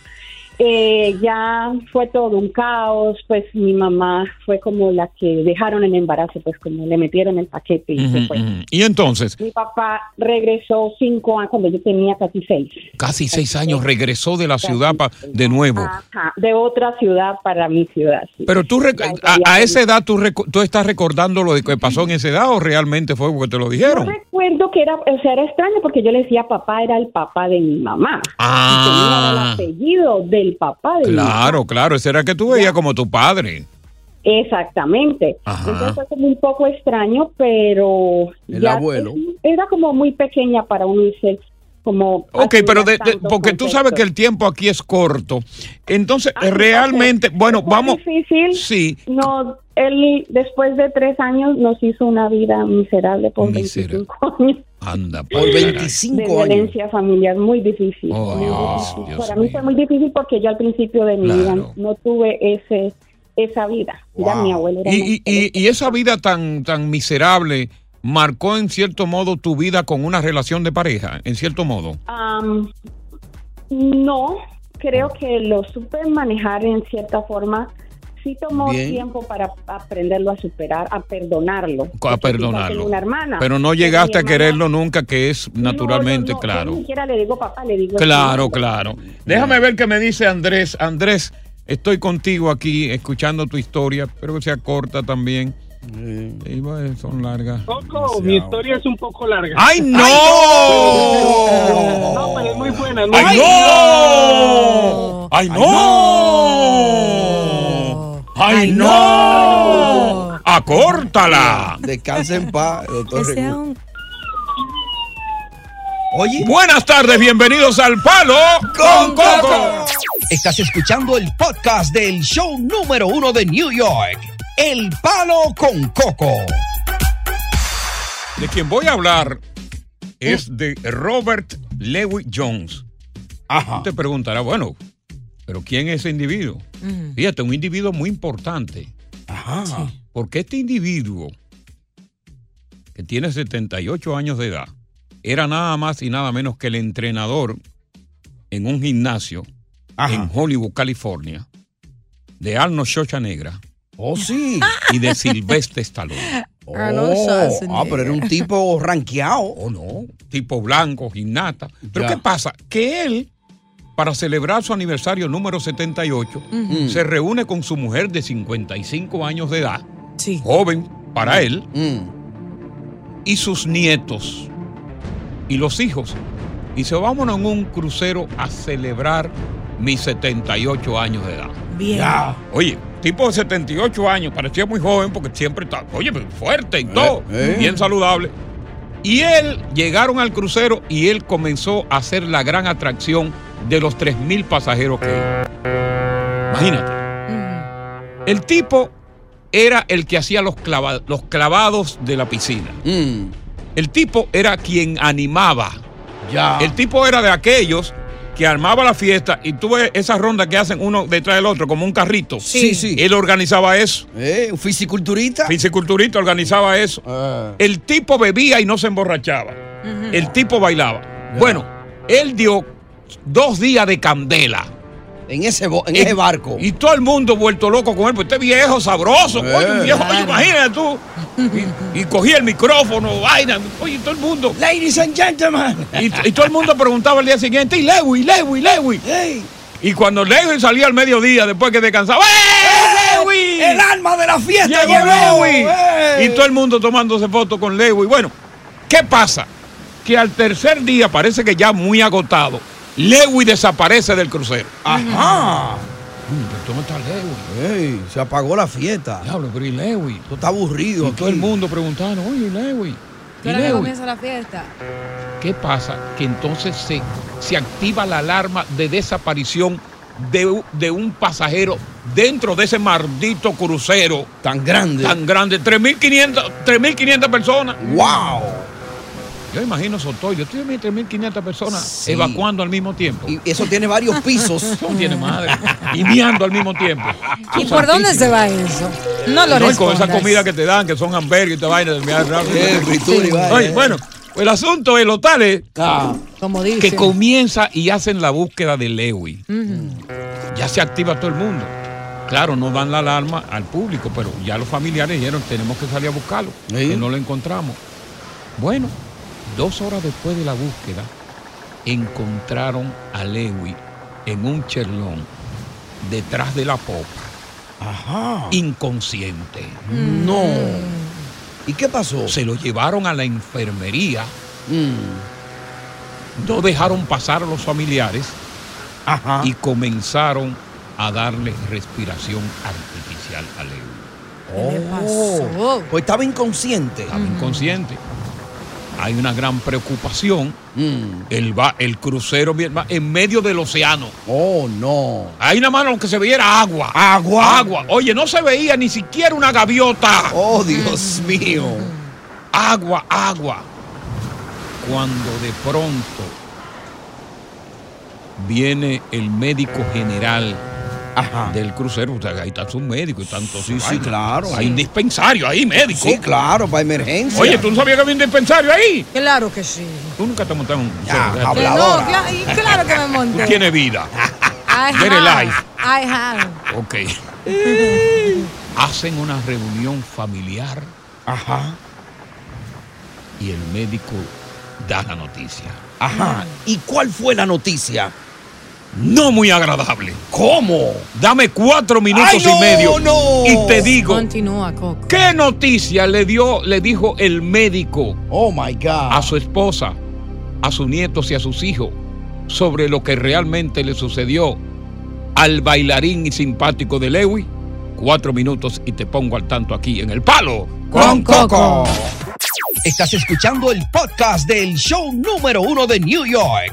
Speaker 1: Eh, ya fue todo un caos, pues mi mamá fue como la que dejaron en embarazo, pues como le metieron el paquete y se
Speaker 3: Ujú,
Speaker 1: fue.
Speaker 3: ujú. Y entonces,
Speaker 1: Mi papá regresó cinco años cuando yo tenía casi seis.
Speaker 3: casi seis años regresó de la ciudad pa- de nuevo.
Speaker 1: Ajá, de otra ciudad para mi ciudad. Ah, sí.
Speaker 3: Pero tú, rec- a, a esa edad, tú, recu- tú estás recordando lo de que pasó en esa edad o realmente fue porque te lo dijeron?
Speaker 1: Recuerdo que era, o sea, era extraño porque yo le decía papá era el papá de mi mamá.
Speaker 3: Ah,
Speaker 1: El apellido del papá de mi mamá.
Speaker 3: claro, claro. Ese era que tú veías como tu padre.
Speaker 1: Exactamente.
Speaker 3: Ajá.
Speaker 1: Entonces fue como un poco extraño, pero...
Speaker 3: El
Speaker 1: ya
Speaker 3: abuelo.
Speaker 1: Era como muy pequeña para unirse como...
Speaker 3: Ok, pero de- de-
Speaker 1: tantos
Speaker 3: porque tú sabes que el tiempo aquí es corto. Entonces,
Speaker 1: Ah,
Speaker 3: realmente, bueno, vamos.
Speaker 1: difícil.
Speaker 3: Sí.
Speaker 1: No, él después de tres años nos hizo una vida miserable por 25 años.
Speaker 3: Anda,
Speaker 1: Por
Speaker 3: pa'l carajo.
Speaker 1: de violencia familiar muy difícil.
Speaker 3: Oh,
Speaker 1: Muy
Speaker 3: Dios,
Speaker 1: difícil.
Speaker 3: Dios
Speaker 1: Para mí fue muy difícil porque yo al principio de mi vida no tuve ese esa vida. Ya
Speaker 3: Wow.
Speaker 1: mi abuelo era
Speaker 3: Y, y- y- y esa vida tan, tan miserable marcó en cierto modo tu vida con una relación de pareja, en cierto modo.
Speaker 1: Am, no, creo que lo supe manejar en cierta forma. Sí tomó
Speaker 3: Bien.
Speaker 1: tiempo para aprenderlo a superar, a perdonarlo.
Speaker 3: A
Speaker 1: Porque quizás
Speaker 3: perdonarlo.
Speaker 1: tengo una hermana.
Speaker 3: Pero no
Speaker 1: Tengo
Speaker 3: llegaste
Speaker 1: mi
Speaker 3: a
Speaker 1: hermana.
Speaker 3: quererlo nunca, que es naturalmente
Speaker 1: No,
Speaker 3: claro.
Speaker 1: Ni siquiera le digo papá, le digo.
Speaker 3: Claro, claro. Déjame ver qué me dice Andrés. Andrés, estoy contigo aquí escuchando tu historia, espero que sea corta también. Y bueno, son largas.
Speaker 13: Coco, mi historia es un poco larga.
Speaker 3: ¡Ay, no! Oh.
Speaker 13: No, pero es muy buena. es muy
Speaker 3: ¡Ay, no! ¡Ay, no! ¡Ay, no! ¡Acórtala!
Speaker 4: Descansa en paz, doctor. Regulo.
Speaker 3: Oye. Buenas tardes, bienvenidos al Palo con Coco.
Speaker 4: Estás escuchando el podcast del show número uno de New York, El Palo con Coco.
Speaker 3: De quien voy a hablar es de Robert Lewy Jones. Ajá. Te preguntará, bueno, ¿pero quién es ese individuo?
Speaker 4: Mm.
Speaker 3: Fíjate, un individuo muy importante. Ajá. Porque este individuo, que tiene 78 años de edad, era nada más y nada menos que el entrenador en un gimnasio en Hollywood, California, de Arnold Schwarzenegger.
Speaker 4: Oh, sí.
Speaker 3: Y de Silvestre Stallone.
Speaker 4: Arnold Schwarzenegger. ah, pero era un tipo ranqueado.
Speaker 3: Oh, no. Tipo blanco, gimnasta. Pero
Speaker 4: Ya.
Speaker 3: ¿qué pasa? Que él, para celebrar su aniversario número 78,
Speaker 2: Ujú.
Speaker 3: se reúne con su mujer de 55 años de edad. Joven
Speaker 4: Mm.
Speaker 3: para él. Y sus nietos. Y los hijos. Y se vámonos en un crucero a celebrar mis 78 años de edad.
Speaker 2: Bien.
Speaker 3: Ya. Oye, tipo de 78 años, parecía muy joven porque siempre está, oye, pero fuerte y todo,
Speaker 2: eh.
Speaker 3: bien saludable. Y él llegaron al crucero y él comenzó a ser la gran atracción de los 3.000 pasajeros que Imagínate. El tipo era el que hacía los, clava- los clavados de la piscina.
Speaker 4: Mm.
Speaker 3: El tipo era quien animaba.
Speaker 2: Ya.
Speaker 3: El tipo era de aquellos que armaba la fiesta y tú ves esas rondas que hacen uno detrás del otro como un carrito.
Speaker 4: Sí, sí. Eh,
Speaker 3: Él organizaba eso.
Speaker 4: un fisiculturista. Ah.
Speaker 3: Fisiculturista organizaba eso. El tipo bebía y no se emborrachaba. El tipo bailaba. Bueno, él dio dos días de candela.
Speaker 4: En ese, bo- en ese barco. Eh.
Speaker 3: Y todo el mundo vuelto loco con él. Pues este viejo sabroso, coño, un viejo, oye, imagínate tú. Y, y cogía el micrófono, vaina, oye, todo el mundo.
Speaker 4: Ladies and gentlemen.
Speaker 3: Y, y todo el mundo preguntaba al día siguiente, y Lewy, Lewy, Lewy. Y cuando Lewy salía al mediodía, después que descansaba, ¡Eh, Lewy!
Speaker 4: El alma de la fiesta
Speaker 3: Llegó
Speaker 4: llegó,
Speaker 3: Lewy.
Speaker 4: ¡eh!
Speaker 3: Y todo el mundo tomándose fotos con Lewy. Bueno, ¿qué pasa? Que al tercer día, parece que ya muy agotado, Lewy desaparece del crucero.
Speaker 4: Ajá.
Speaker 3: ¿Cómo está Lewy?
Speaker 4: Ey, se apagó la fiesta.
Speaker 3: Diablo, pero y Lewy.
Speaker 4: Tú estás aburrido.
Speaker 3: Y todo el mundo preguntando, oye, Lewy.
Speaker 6: ¿Qué hora que comienza la fiesta?
Speaker 3: ¿Qué pasa? Que entonces se, se activa la alarma de desaparición de, u- de un pasajero dentro de ese maldito crucero.
Speaker 4: Tan grande.
Speaker 3: Tan grande. 3.500 3.500 personas.
Speaker 4: ¡Wow!
Speaker 3: Yo imagino Sotoyo. Tú tienes 3.500 personas evacuando al mismo tiempo. Y
Speaker 4: eso tiene varios
Speaker 3: [LAUGHS]
Speaker 4: pisos.
Speaker 3: Eso tiene madre. Y meando al mismo tiempo.
Speaker 6: ¿Y por dónde se va eso? No lo
Speaker 3: No, y con
Speaker 6: respondas.
Speaker 3: esa comida que te dan, que son hamburgues y te vaina.
Speaker 4: Eh, fritura y vaina.
Speaker 3: Oye, bueno, el asunto es, lo tal es
Speaker 6: Como dice.
Speaker 3: que comienza y hacen la búsqueda de Lewy.
Speaker 6: Ujú.
Speaker 3: Ya se activa todo el mundo. Claro, no dan la alarma al público, pero ya los familiares dijeron, tenemos que salir a buscarlo, que no lo encontramos. Bueno, dos horas después de la búsqueda, encontraron a Lewy en un cherlón detrás de la popa, inconsciente.
Speaker 4: Mm. No. ¿Y qué pasó?
Speaker 3: Se lo llevaron a la enfermería.
Speaker 4: Mm.
Speaker 3: No dejaron pasar a los familiares y comenzaron a darle respiración artificial a Leo.
Speaker 4: Oh, Pues estaba inconsciente.
Speaker 3: Estaba inconsciente. Hay una gran preocupación.
Speaker 4: Mm.
Speaker 3: El, va, el crucero mi hermano, en medio del océano.
Speaker 4: Oh, no.
Speaker 3: Ahí nada más lo que se veía era agua. Agua. Agua. Oye, no se veía ni siquiera una gaviota.
Speaker 4: Oh, Dios mío.
Speaker 3: Agua, agua. Cuando de pronto viene el médico general del crucero. O sea, ahí está su médico y tanto.
Speaker 4: Sí, sí, claro.
Speaker 3: Hay un dispensario ahí, médico.
Speaker 4: Sí, claro, para emergencia.
Speaker 3: Oye, ¿tú no sabías que había un dispensario ahí?
Speaker 6: Claro que sí.
Speaker 3: Tú nunca te montaste en un
Speaker 4: Ya,
Speaker 3: crucero.
Speaker 6: Que no, cla- y claro que me
Speaker 3: Tú
Speaker 6: monté.
Speaker 3: tienes vida.
Speaker 6: I
Speaker 3: Get a
Speaker 6: have.
Speaker 3: life.
Speaker 6: I have.
Speaker 3: Ok.
Speaker 6: [LAUGHS]
Speaker 3: Hacen una reunión familiar. Ajá. Y el médico da la noticia.
Speaker 4: Ajá. ¿Y cuál fue la noticia?
Speaker 3: no muy agradable. ¿Cómo? Dame cuatro minutos
Speaker 6: Ay, no,
Speaker 3: y medio
Speaker 6: no.
Speaker 3: y te digo
Speaker 6: Continúa, Coco.
Speaker 3: qué noticia le dio, le dijo el médico. Oh my God. A su esposa, a sus nietos y a sus hijos sobre lo que realmente le sucedió al bailarín y simpático de Lewy. Cuatro minutos y te pongo al tanto aquí en el palo con Coco.
Speaker 4: Estás escuchando el podcast del show número uno de New York,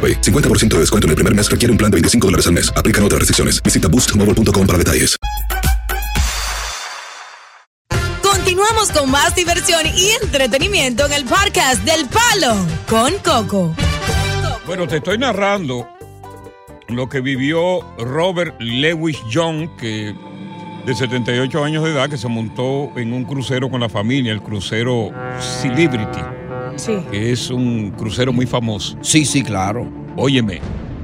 Speaker 15: 50% de descuento en el primer mes requiere un plan de 25 dólares al mes. Aplican otras restricciones. Visita boostmobile.com para detalles.
Speaker 5: Continuamos con más diversión y entretenimiento en el podcast del Palo con Coco.
Speaker 3: [LAUGHS] Bueno, te estoy narrando lo que vivió Robert Lewis Young, que de 78 años de edad, que se montó en un crucero con la familia, el crucero Celebrity,
Speaker 6: Sí.
Speaker 3: que es un crucero muy famoso. Sí, sí, claro. Óyeme,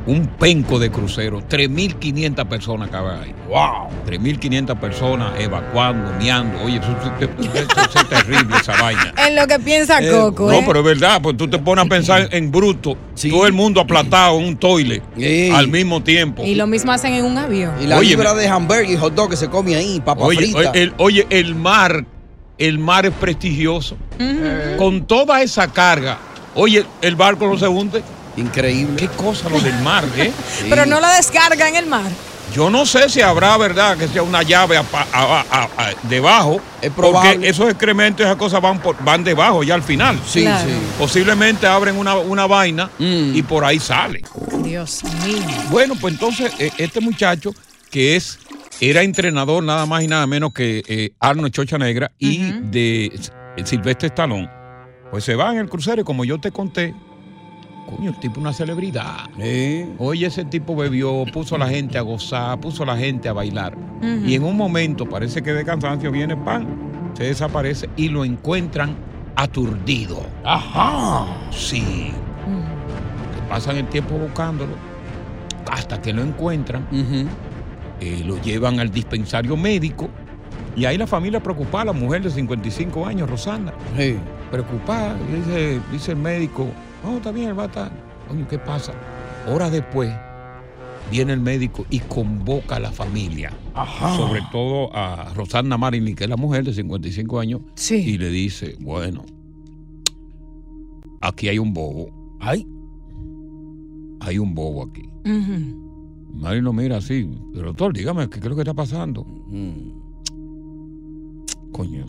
Speaker 3: un penco de crucero, 3.500 personas caben ahí. ¡Wow! 3.500 personas evacuando, meando. Oye, eso, eso-
Speaker 4: [LAUGHS]
Speaker 3: eso es terrible esa vaina.
Speaker 6: En lo que piensa
Speaker 3: Eh,
Speaker 6: Coco,
Speaker 3: No,
Speaker 6: ¿eh?
Speaker 3: pero es verdad, pues tú te pones a pensar en bruto. Todo el mundo aplatado en un toile al mismo tiempo.
Speaker 6: Y lo mismo hacen en un avión.
Speaker 3: Y la Oye, libra me-
Speaker 4: De hamburger y hot dog que se come ahí, papa
Speaker 3: Oye,
Speaker 4: frita.
Speaker 3: oye, el, oye, el mar, el mar es prestigioso.
Speaker 4: Mm.
Speaker 6: Ujú.
Speaker 3: Con toda esa carga, oye, el barco no se hunde. Increíble. Qué cosa lo del mar,
Speaker 4: [LAUGHS]
Speaker 3: ¿eh?
Speaker 6: Pero no la descarga en el mar.
Speaker 3: Yo no sé si habrá, ¿verdad?, que sea una llave apa- a- a- a- a- debajo. Es
Speaker 4: probable.
Speaker 3: Porque esos excrementos, esas cosas van, por- van debajo ya al final.
Speaker 4: Sí, Claro. sí. Mm.
Speaker 3: Posiblemente abren una, una vaina y por ahí sale.
Speaker 6: Dios mío.
Speaker 3: Bueno, pues entonces eh, este muchacho que es era entrenador nada más y nada menos que eh, Arnold Chocha Negra y de S- Silvestre Stallone, pues se va en el crucero y como yo te conté, coño, el tipo una celebridad. Oye, ese tipo bebió, puso a la gente a gozar, puso a la gente a bailar.
Speaker 9: Ujú.
Speaker 3: Y en un momento, parece que de cansancio viene pan, se desaparece y lo encuentran aturdido. Ajá. Sí. Se pasan el tiempo buscándolo hasta que lo encuentran, eh, lo llevan al dispensario médico y ahí la familia preocupada, la mujer de 55 años, Rosana, preocupada, y dice, dice el médico, no, está bien, el bata, coño, ¿qué pasa? Horas después viene el médico y convoca a la familia, sobre todo a Rosana Marini, que es la mujer de 55 años, y le dice, bueno, aquí hay un bobo. ¿Hay? Hay un bobo aquí. Mario lo mira así, pero doctor, dígame, ¿qué, qué es lo que está pasando? Mm. Coño.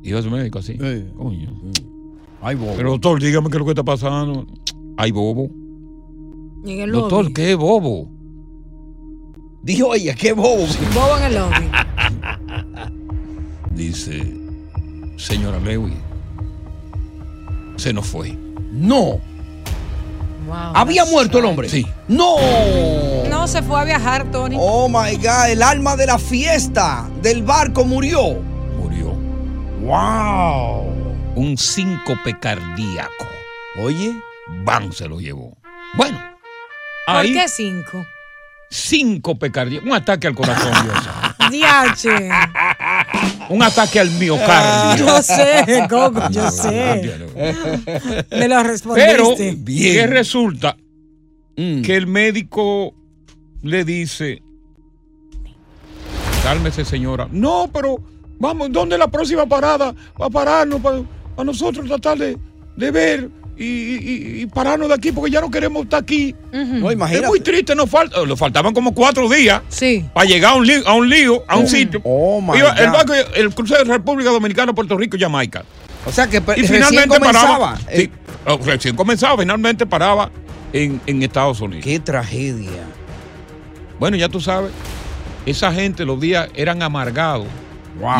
Speaker 3: Dijo su médico así. Coño. Hay bobo. Pero doctor, dígame qué es lo que está pasando. Hay bobo.
Speaker 6: Y en el
Speaker 3: Doctor,
Speaker 6: lobby.
Speaker 3: ¿qué bobo? Dijo ella, ¿qué bobo?
Speaker 6: Bobo en el lobby.
Speaker 3: [LAUGHS] Dice, señora Lewy, se nos fue. No.
Speaker 4: Había muerto el hombre.
Speaker 3: Sí.
Speaker 4: No.
Speaker 6: No, se fue a viajar, Tony.
Speaker 4: Oh my God, el alma de la fiesta del barco murió.
Speaker 3: ¡Wow! Un síncope cardíaco. Oye. ¡Bam! Se lo llevó. Bueno.
Speaker 6: ¿Por
Speaker 3: Ahí,
Speaker 6: qué cinco?
Speaker 3: síncope cardíaco. Un ataque al
Speaker 6: [LAUGHS]
Speaker 3: corazón, Diosa.
Speaker 6: Diache.
Speaker 3: Un ataque al miocardio.
Speaker 6: Yo sé, Coco, yo sé. Me lo respondiste.
Speaker 3: Pero, ¿qué resulta? Que el médico le dice, cálmese señora, no, pero vamos, ¿dónde es la próxima parada? Para pararnos, para, para nosotros tratar de, de ver y, y- y pararnos de aquí porque ya no queremos estar aquí.
Speaker 4: No, imagínate.
Speaker 3: Es muy triste, nos falta, nos faltaban como cuatro días para llegar a un, lío, a un lío, a un sitio.
Speaker 4: Oh, my
Speaker 3: Iba el,
Speaker 4: God.
Speaker 3: barco, el crucero de República Dominicana, Puerto Rico, Jamaica.
Speaker 4: O sea que
Speaker 3: Y
Speaker 4: recién
Speaker 3: finalmente
Speaker 4: comenzaba. eh.
Speaker 3: paraba. sí, oh, recién comenzaba, finalmente paraba en, en Estados Unidos. Qué tragedia. Bueno, ya tú sabes, esa gente los días eran amargados.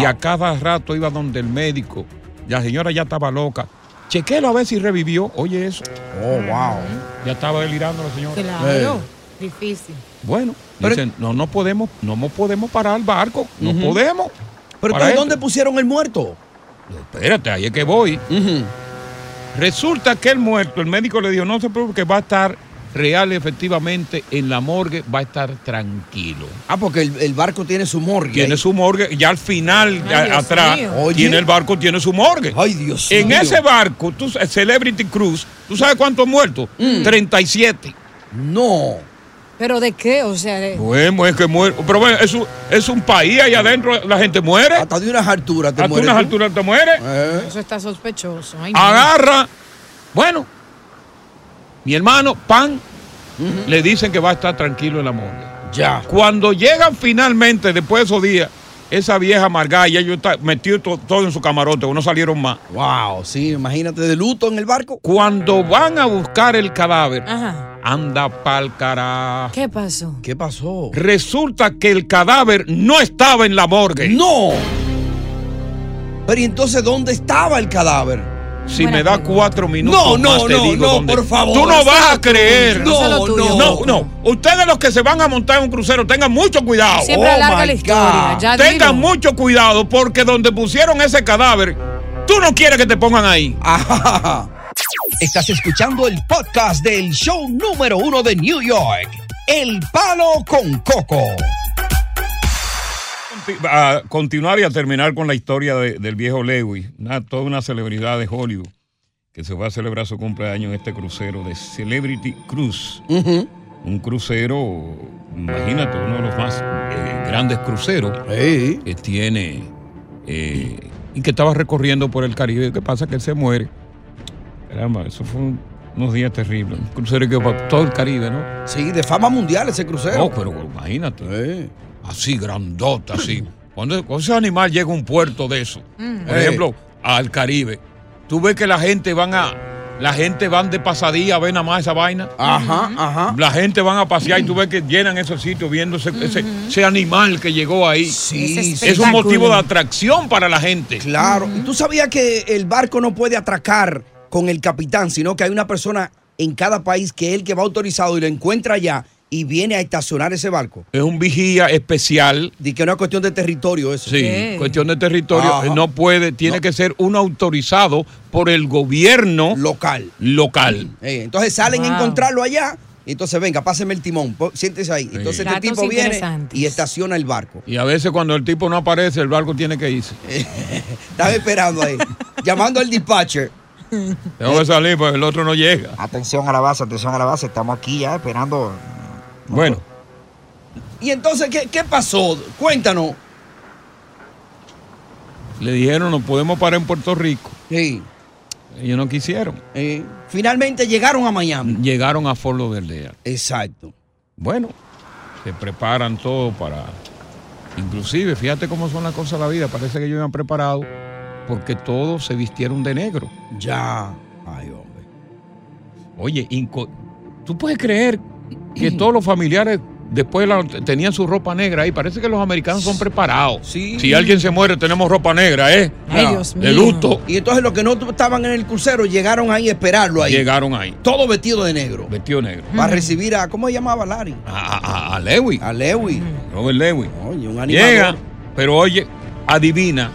Speaker 3: Y a cada rato iba donde el médico. La señora ya estaba loca. Chequélo a ver si revivió. Oye eso. Oh, wow. Ya estaba delirando la señora. Eh,
Speaker 6: Claro. Difícil.
Speaker 3: Bueno, dicen, no, no podemos, no mo- podemos parar el barco, no
Speaker 4: Ujú.
Speaker 3: podemos.
Speaker 4: Pero entonces,
Speaker 3: Para esto.
Speaker 4: ¿dónde pusieron el muerto?
Speaker 3: Espérate, ahí es que voy. Resulta que el muerto, el médico le dijo, no se preocupe, que va a estar real efectivamente en la morgue, va a estar tranquilo.
Speaker 4: Ah, porque el, el barco tiene su morgue.
Speaker 3: Tiene su morgue, ya al final, ya
Speaker 4: Dios
Speaker 3: atrás,
Speaker 4: mío.
Speaker 3: tiene
Speaker 4: Oye.
Speaker 3: el barco, tiene su morgue. Ay, Dios En
Speaker 4: mío.
Speaker 3: ese barco, tú, sa- Celebrity Cruise, ¿tú sabes cuántos muertos? 37. Mm. No.
Speaker 6: ¿Pero de qué? O sea, de-
Speaker 3: Bueno, es que muere. Pero bueno, es un, es un país ahí adentro, la gente muere. Hasta de unas alturas te
Speaker 6: mueres
Speaker 3: Hasta unas
Speaker 6: tú.
Speaker 3: alturas te muere. Eh.
Speaker 6: eso está sospechoso. Ay, no.
Speaker 3: agarra. Bueno, mi hermano, pan, le dicen que va a estar tranquilo el amor. Ya. Cuando llegan finalmente, después de esos días, esa vieja amargada, ya yo está metido to- todo en su camarote, no salieron más. Wow, sí, imagínate, de luto en el barco. Cuando van a buscar el cadáver,
Speaker 6: Ajá.
Speaker 3: anda pa'l carajo.
Speaker 6: ¿Qué pasó?
Speaker 3: ¿Qué pasó? Resulta que el cadáver no estaba en la morgue. ¡No! Pero entonces, ¿dónde estaba el cadáver? Si me da cuatro minutos
Speaker 4: No, no,
Speaker 3: más te
Speaker 4: no,
Speaker 3: digo
Speaker 4: no,
Speaker 3: dónde-
Speaker 4: por favor.
Speaker 3: Tú no
Speaker 4: Hazlo
Speaker 3: vas a
Speaker 4: tuyo,
Speaker 3: creer.
Speaker 4: hazlo tuyo.
Speaker 3: no, no, no. Ustedes los que se van a montar en un crucero, tengan mucho cuidado.
Speaker 4: Oh
Speaker 6: Siempre alarga la historia, ya
Speaker 3: tengan mucho cuidado porque donde pusieron ese cadáver, tú no quieres que te
Speaker 4: [LAUGHS]
Speaker 3: pongan ahí.
Speaker 4: Ah,
Speaker 20: Estás escuchando el podcast del show número uno de New York, El Palo con Coco.
Speaker 3: a continuar y a terminar con la historia de- del viejo Lewis, una- toda una celebridad de Hollywood que se va a celebrar su cumpleaños en este crucero de Celebrity Cruise. Un crucero, imagínate, uno de los más eh, grandes cruceros que tiene eh, y que estaba recorriendo por el Caribe. ¿Qué pasa? Que él se muere. Caramba, eso fue un- unos días terribles. Un crucero que va por todo el Caribe, ¿no?
Speaker 4: Sí, de fama mundial ese crucero.
Speaker 3: No, pero imagínate. Así grandota, así. Cuando, cuando ese animal llega a un puerto de eso, por
Speaker 4: Eh.
Speaker 3: ejemplo, al Caribe, tú ves que la gente van a. La gente van de pasadilla a ver nada más esa vaina.
Speaker 4: Ajá,
Speaker 3: ajá. La gente van a pasear y tú ves que llenan esos sitios viendo ese, ese- ese animal que llegó ahí.
Speaker 4: Ese
Speaker 3: Sí, es un
Speaker 4: espectáculo.
Speaker 3: motivo de atracción para la gente.
Speaker 4: Claro. ¿Tú sabías que el barco no puede atracar con el capitán, sino que hay una persona en cada país que es el que va autorizado y lo encuentra allá y viene a estacionar ese barco?
Speaker 3: Es un vigía especial.
Speaker 4: Dice que no es cuestión de territorio eso.
Speaker 3: Sí, cuestión de territorio.
Speaker 4: Ajá.
Speaker 3: No puede, tiene que ser un autorizado por el gobierno local. Local.
Speaker 4: Eh, entonces salen a
Speaker 3: Wow.
Speaker 4: encontrarlo allá. y Entonces, venga, páseme el timón, po- siéntese ahí. Entonces, este
Speaker 6: Datos
Speaker 4: tipo viene
Speaker 6: interesantes.
Speaker 4: y estaciona el barco.
Speaker 3: Y a veces cuando el tipo no aparece, el barco tiene que irse.
Speaker 4: Estaba esperando ahí, llamando al dispatcher.
Speaker 3: Tengo que salir porque el otro no llega.
Speaker 9: Eh. Atención a la base, atención a la base. Estamos aquí ya esperando.
Speaker 3: Bueno.
Speaker 4: Y entonces, ¿qué, qué pasó? Cuéntanos.
Speaker 3: Le dijeron, no podemos parar en Puerto Rico.
Speaker 4: Sí. Eh,
Speaker 3: Ellos no quisieron.
Speaker 4: Finalmente llegaron a Miami.
Speaker 3: Llegaron a Fort Lauderdale.
Speaker 4: Exacto.
Speaker 3: Bueno, se preparan todo para... Inclusive, fíjate cómo son las cosas de la vida. Parece que ellos iban preparados porque todos se vistieron de negro.
Speaker 4: Ya.
Speaker 3: Oye, inco- ¿tú puedes creer que todos los familiares después la- tenían su ropa negra ahí? Parece que los americanos son preparados. Si alguien se muere, tenemos ropa negra, ¿eh?
Speaker 4: Ay,
Speaker 3: Ah,
Speaker 4: Dios
Speaker 3: De
Speaker 4: mío.
Speaker 3: luto.
Speaker 4: Y entonces los que no tu- estaban en el crucero llegaron ahí a esperarlo ahí.
Speaker 3: Llegaron ahí.
Speaker 4: Todo vestido de negro.
Speaker 3: Vestido negro.
Speaker 4: Para recibir a, ¿cómo se llamaba Larry?
Speaker 3: A, a, a Lewy.
Speaker 4: A Lewy.
Speaker 3: Robert Lewy.
Speaker 4: Oye, un animador.
Speaker 3: Llega, pero oye, adivina.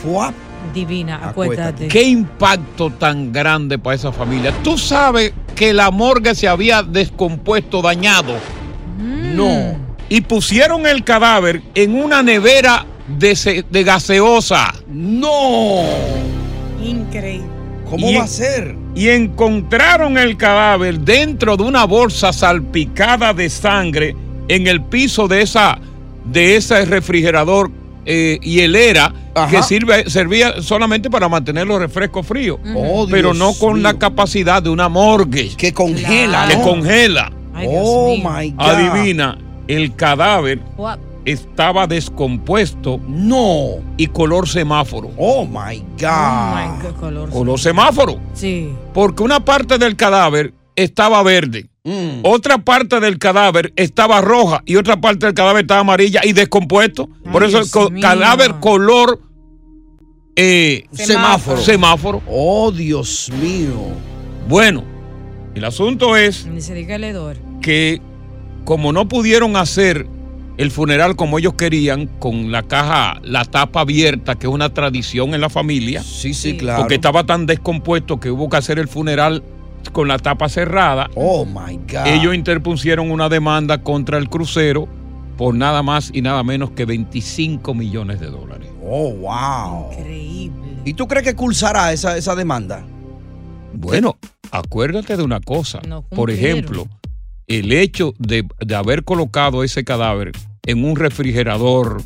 Speaker 4: Fuap.
Speaker 6: Divina, acuérdate.
Speaker 3: Qué impacto tan grande para esa familia. Tú sabes que la morgue se había descompuesto, dañado. No. Y pusieron el cadáver en una nevera de, se- de gaseosa. No.
Speaker 6: Increíble.
Speaker 3: ¿Cómo va a ser? Y encontraron el cadáver dentro de una bolsa salpicada de sangre en el piso de esa de ese refrigerador eh, hielera que sirve, servía solamente para mantener los refrescos fríos,
Speaker 4: Oh,
Speaker 3: pero
Speaker 4: Dios
Speaker 3: no con la capacidad de una morgue
Speaker 4: que congela,
Speaker 3: que
Speaker 4: ¿no?
Speaker 3: congela.
Speaker 4: oh my God.
Speaker 3: Adivina, el cadáver estaba descompuesto,
Speaker 4: no,
Speaker 3: y color semáforo.
Speaker 4: Oh my God.
Speaker 6: Qué color.
Speaker 3: Color semáforo.
Speaker 6: Sí.
Speaker 3: Porque una parte del cadáver estaba verde,
Speaker 4: Mm.
Speaker 3: otra parte del cadáver estaba roja y otra parte del cadáver estaba amarilla y descompuesto. Por eso el co- cadáver color eh,
Speaker 4: Semáforo.
Speaker 3: Semáforo.
Speaker 4: Oh, Dios mío.
Speaker 3: Bueno, el asunto
Speaker 4: Mm.
Speaker 3: es
Speaker 6: Ni se diga el hedor.
Speaker 3: que como no pudieron hacer el funeral como ellos querían, con la caja, la tapa abierta, que es una tradición en la familia.
Speaker 4: Sí, sí, claro.
Speaker 3: Porque estaba tan descompuesto que hubo que hacer el funeral con la tapa cerrada.
Speaker 4: Oh my God.
Speaker 3: Ellos interpusieron una demanda contra el crucero por nada más y nada menos que 25 millones de dólares.
Speaker 4: Oh, wow. Increíble. ¿Y tú crees que cursará esa, esa demanda?
Speaker 3: Bueno, acuérdate de una cosa. Por ejemplo, el hecho de, de haber colocado ese cadáver en un refrigerador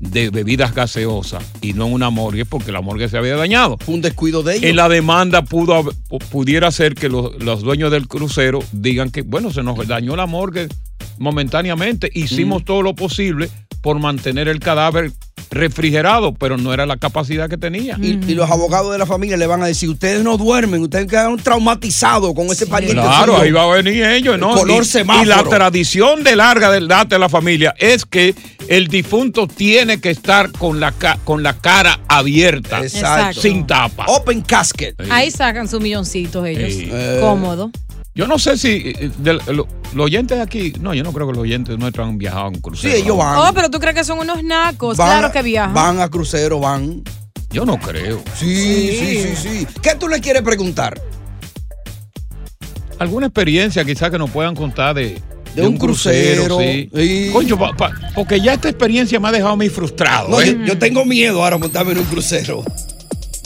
Speaker 3: de bebidas gaseosas y no en una morgue porque la morgue se había dañado.
Speaker 4: Fue un descuido de ellos.
Speaker 3: En la demanda pudo, hab- pu- pudiera ser que los, los dueños del crucero digan que, bueno, se nos dañó la morgue momentáneamente,
Speaker 4: Mm.
Speaker 3: hicimos todo lo posible por mantener el cadáver refrigerado, pero no era la capacidad que tenía.
Speaker 4: Y, y los abogados de la familia le van a decir, ustedes no duermen, ustedes quedaron traumatizados con ese pariente.
Speaker 3: Claro,
Speaker 4: suyo".
Speaker 3: ahí va a venir ellos, ¿no?
Speaker 4: color
Speaker 3: y,
Speaker 4: semáforo.
Speaker 3: y la tradición de larga del date de la familia es que el difunto tiene que estar con la, ca- con la cara abierta,
Speaker 6: Exacto.
Speaker 3: sin tapa.
Speaker 4: Open casket.
Speaker 6: Ahí sacan sus milloncitos ellos.
Speaker 3: Sí.
Speaker 6: Cómodo.
Speaker 3: Yo no sé si eh, de- lo- los oyentes de aquí, no, yo no creo que los oyentes nuestros han viajado en crucero.
Speaker 4: Sí, ellos van.
Speaker 6: Oh, pero tú crees que son unos nacos.
Speaker 4: Van-
Speaker 6: claro que viajan.
Speaker 4: Van a crucero, van.
Speaker 3: Yo no creo.
Speaker 4: Sí, sí, sí, sí. ¿Qué tú le quieres preguntar?
Speaker 3: Alguna experiencia quizás que nos puedan contar de,
Speaker 4: De un crucero,
Speaker 3: sí. Coño, pa- pa- porque ya esta experiencia me ha dejado muy frustrado.
Speaker 4: No,
Speaker 3: ¿eh?
Speaker 4: yo, yo tengo miedo ahora a montarme en un crucero.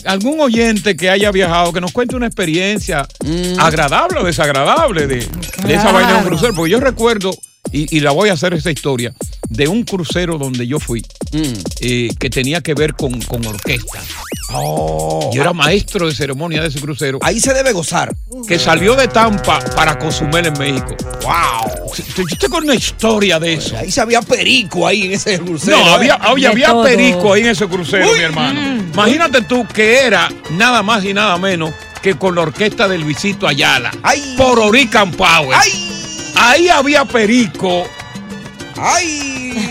Speaker 3: algún oyente que haya viajado que nos cuente una experiencia
Speaker 4: Mm.
Speaker 3: agradable o desagradable de, de esa vaina de un crucero. Porque yo recuerdo, y, y la voy a hacer esta historia, de un crucero donde yo fui,
Speaker 4: Mm.
Speaker 3: eh, que tenía que ver con, con orquesta. Yo era maestro de ceremonia de ese crucero.
Speaker 4: Oh, ah, Ahí se debe gozar.
Speaker 3: Que salió de Tampa para Cozumel en México.
Speaker 4: ¡Wow!
Speaker 3: Yo tengo una historia de eso.
Speaker 4: Ahí se había perico ahí en ese crucero.
Speaker 3: No,
Speaker 4: ¿eh?
Speaker 3: había, había, había perico ahí en ese crucero, mi hermano. Imagínate tú que era nada más y nada menos que con la orquesta del Luisito Ayala. Por Orican Power. Ahí había perico.
Speaker 4: ¡Ay!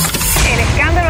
Speaker 21: El escándalo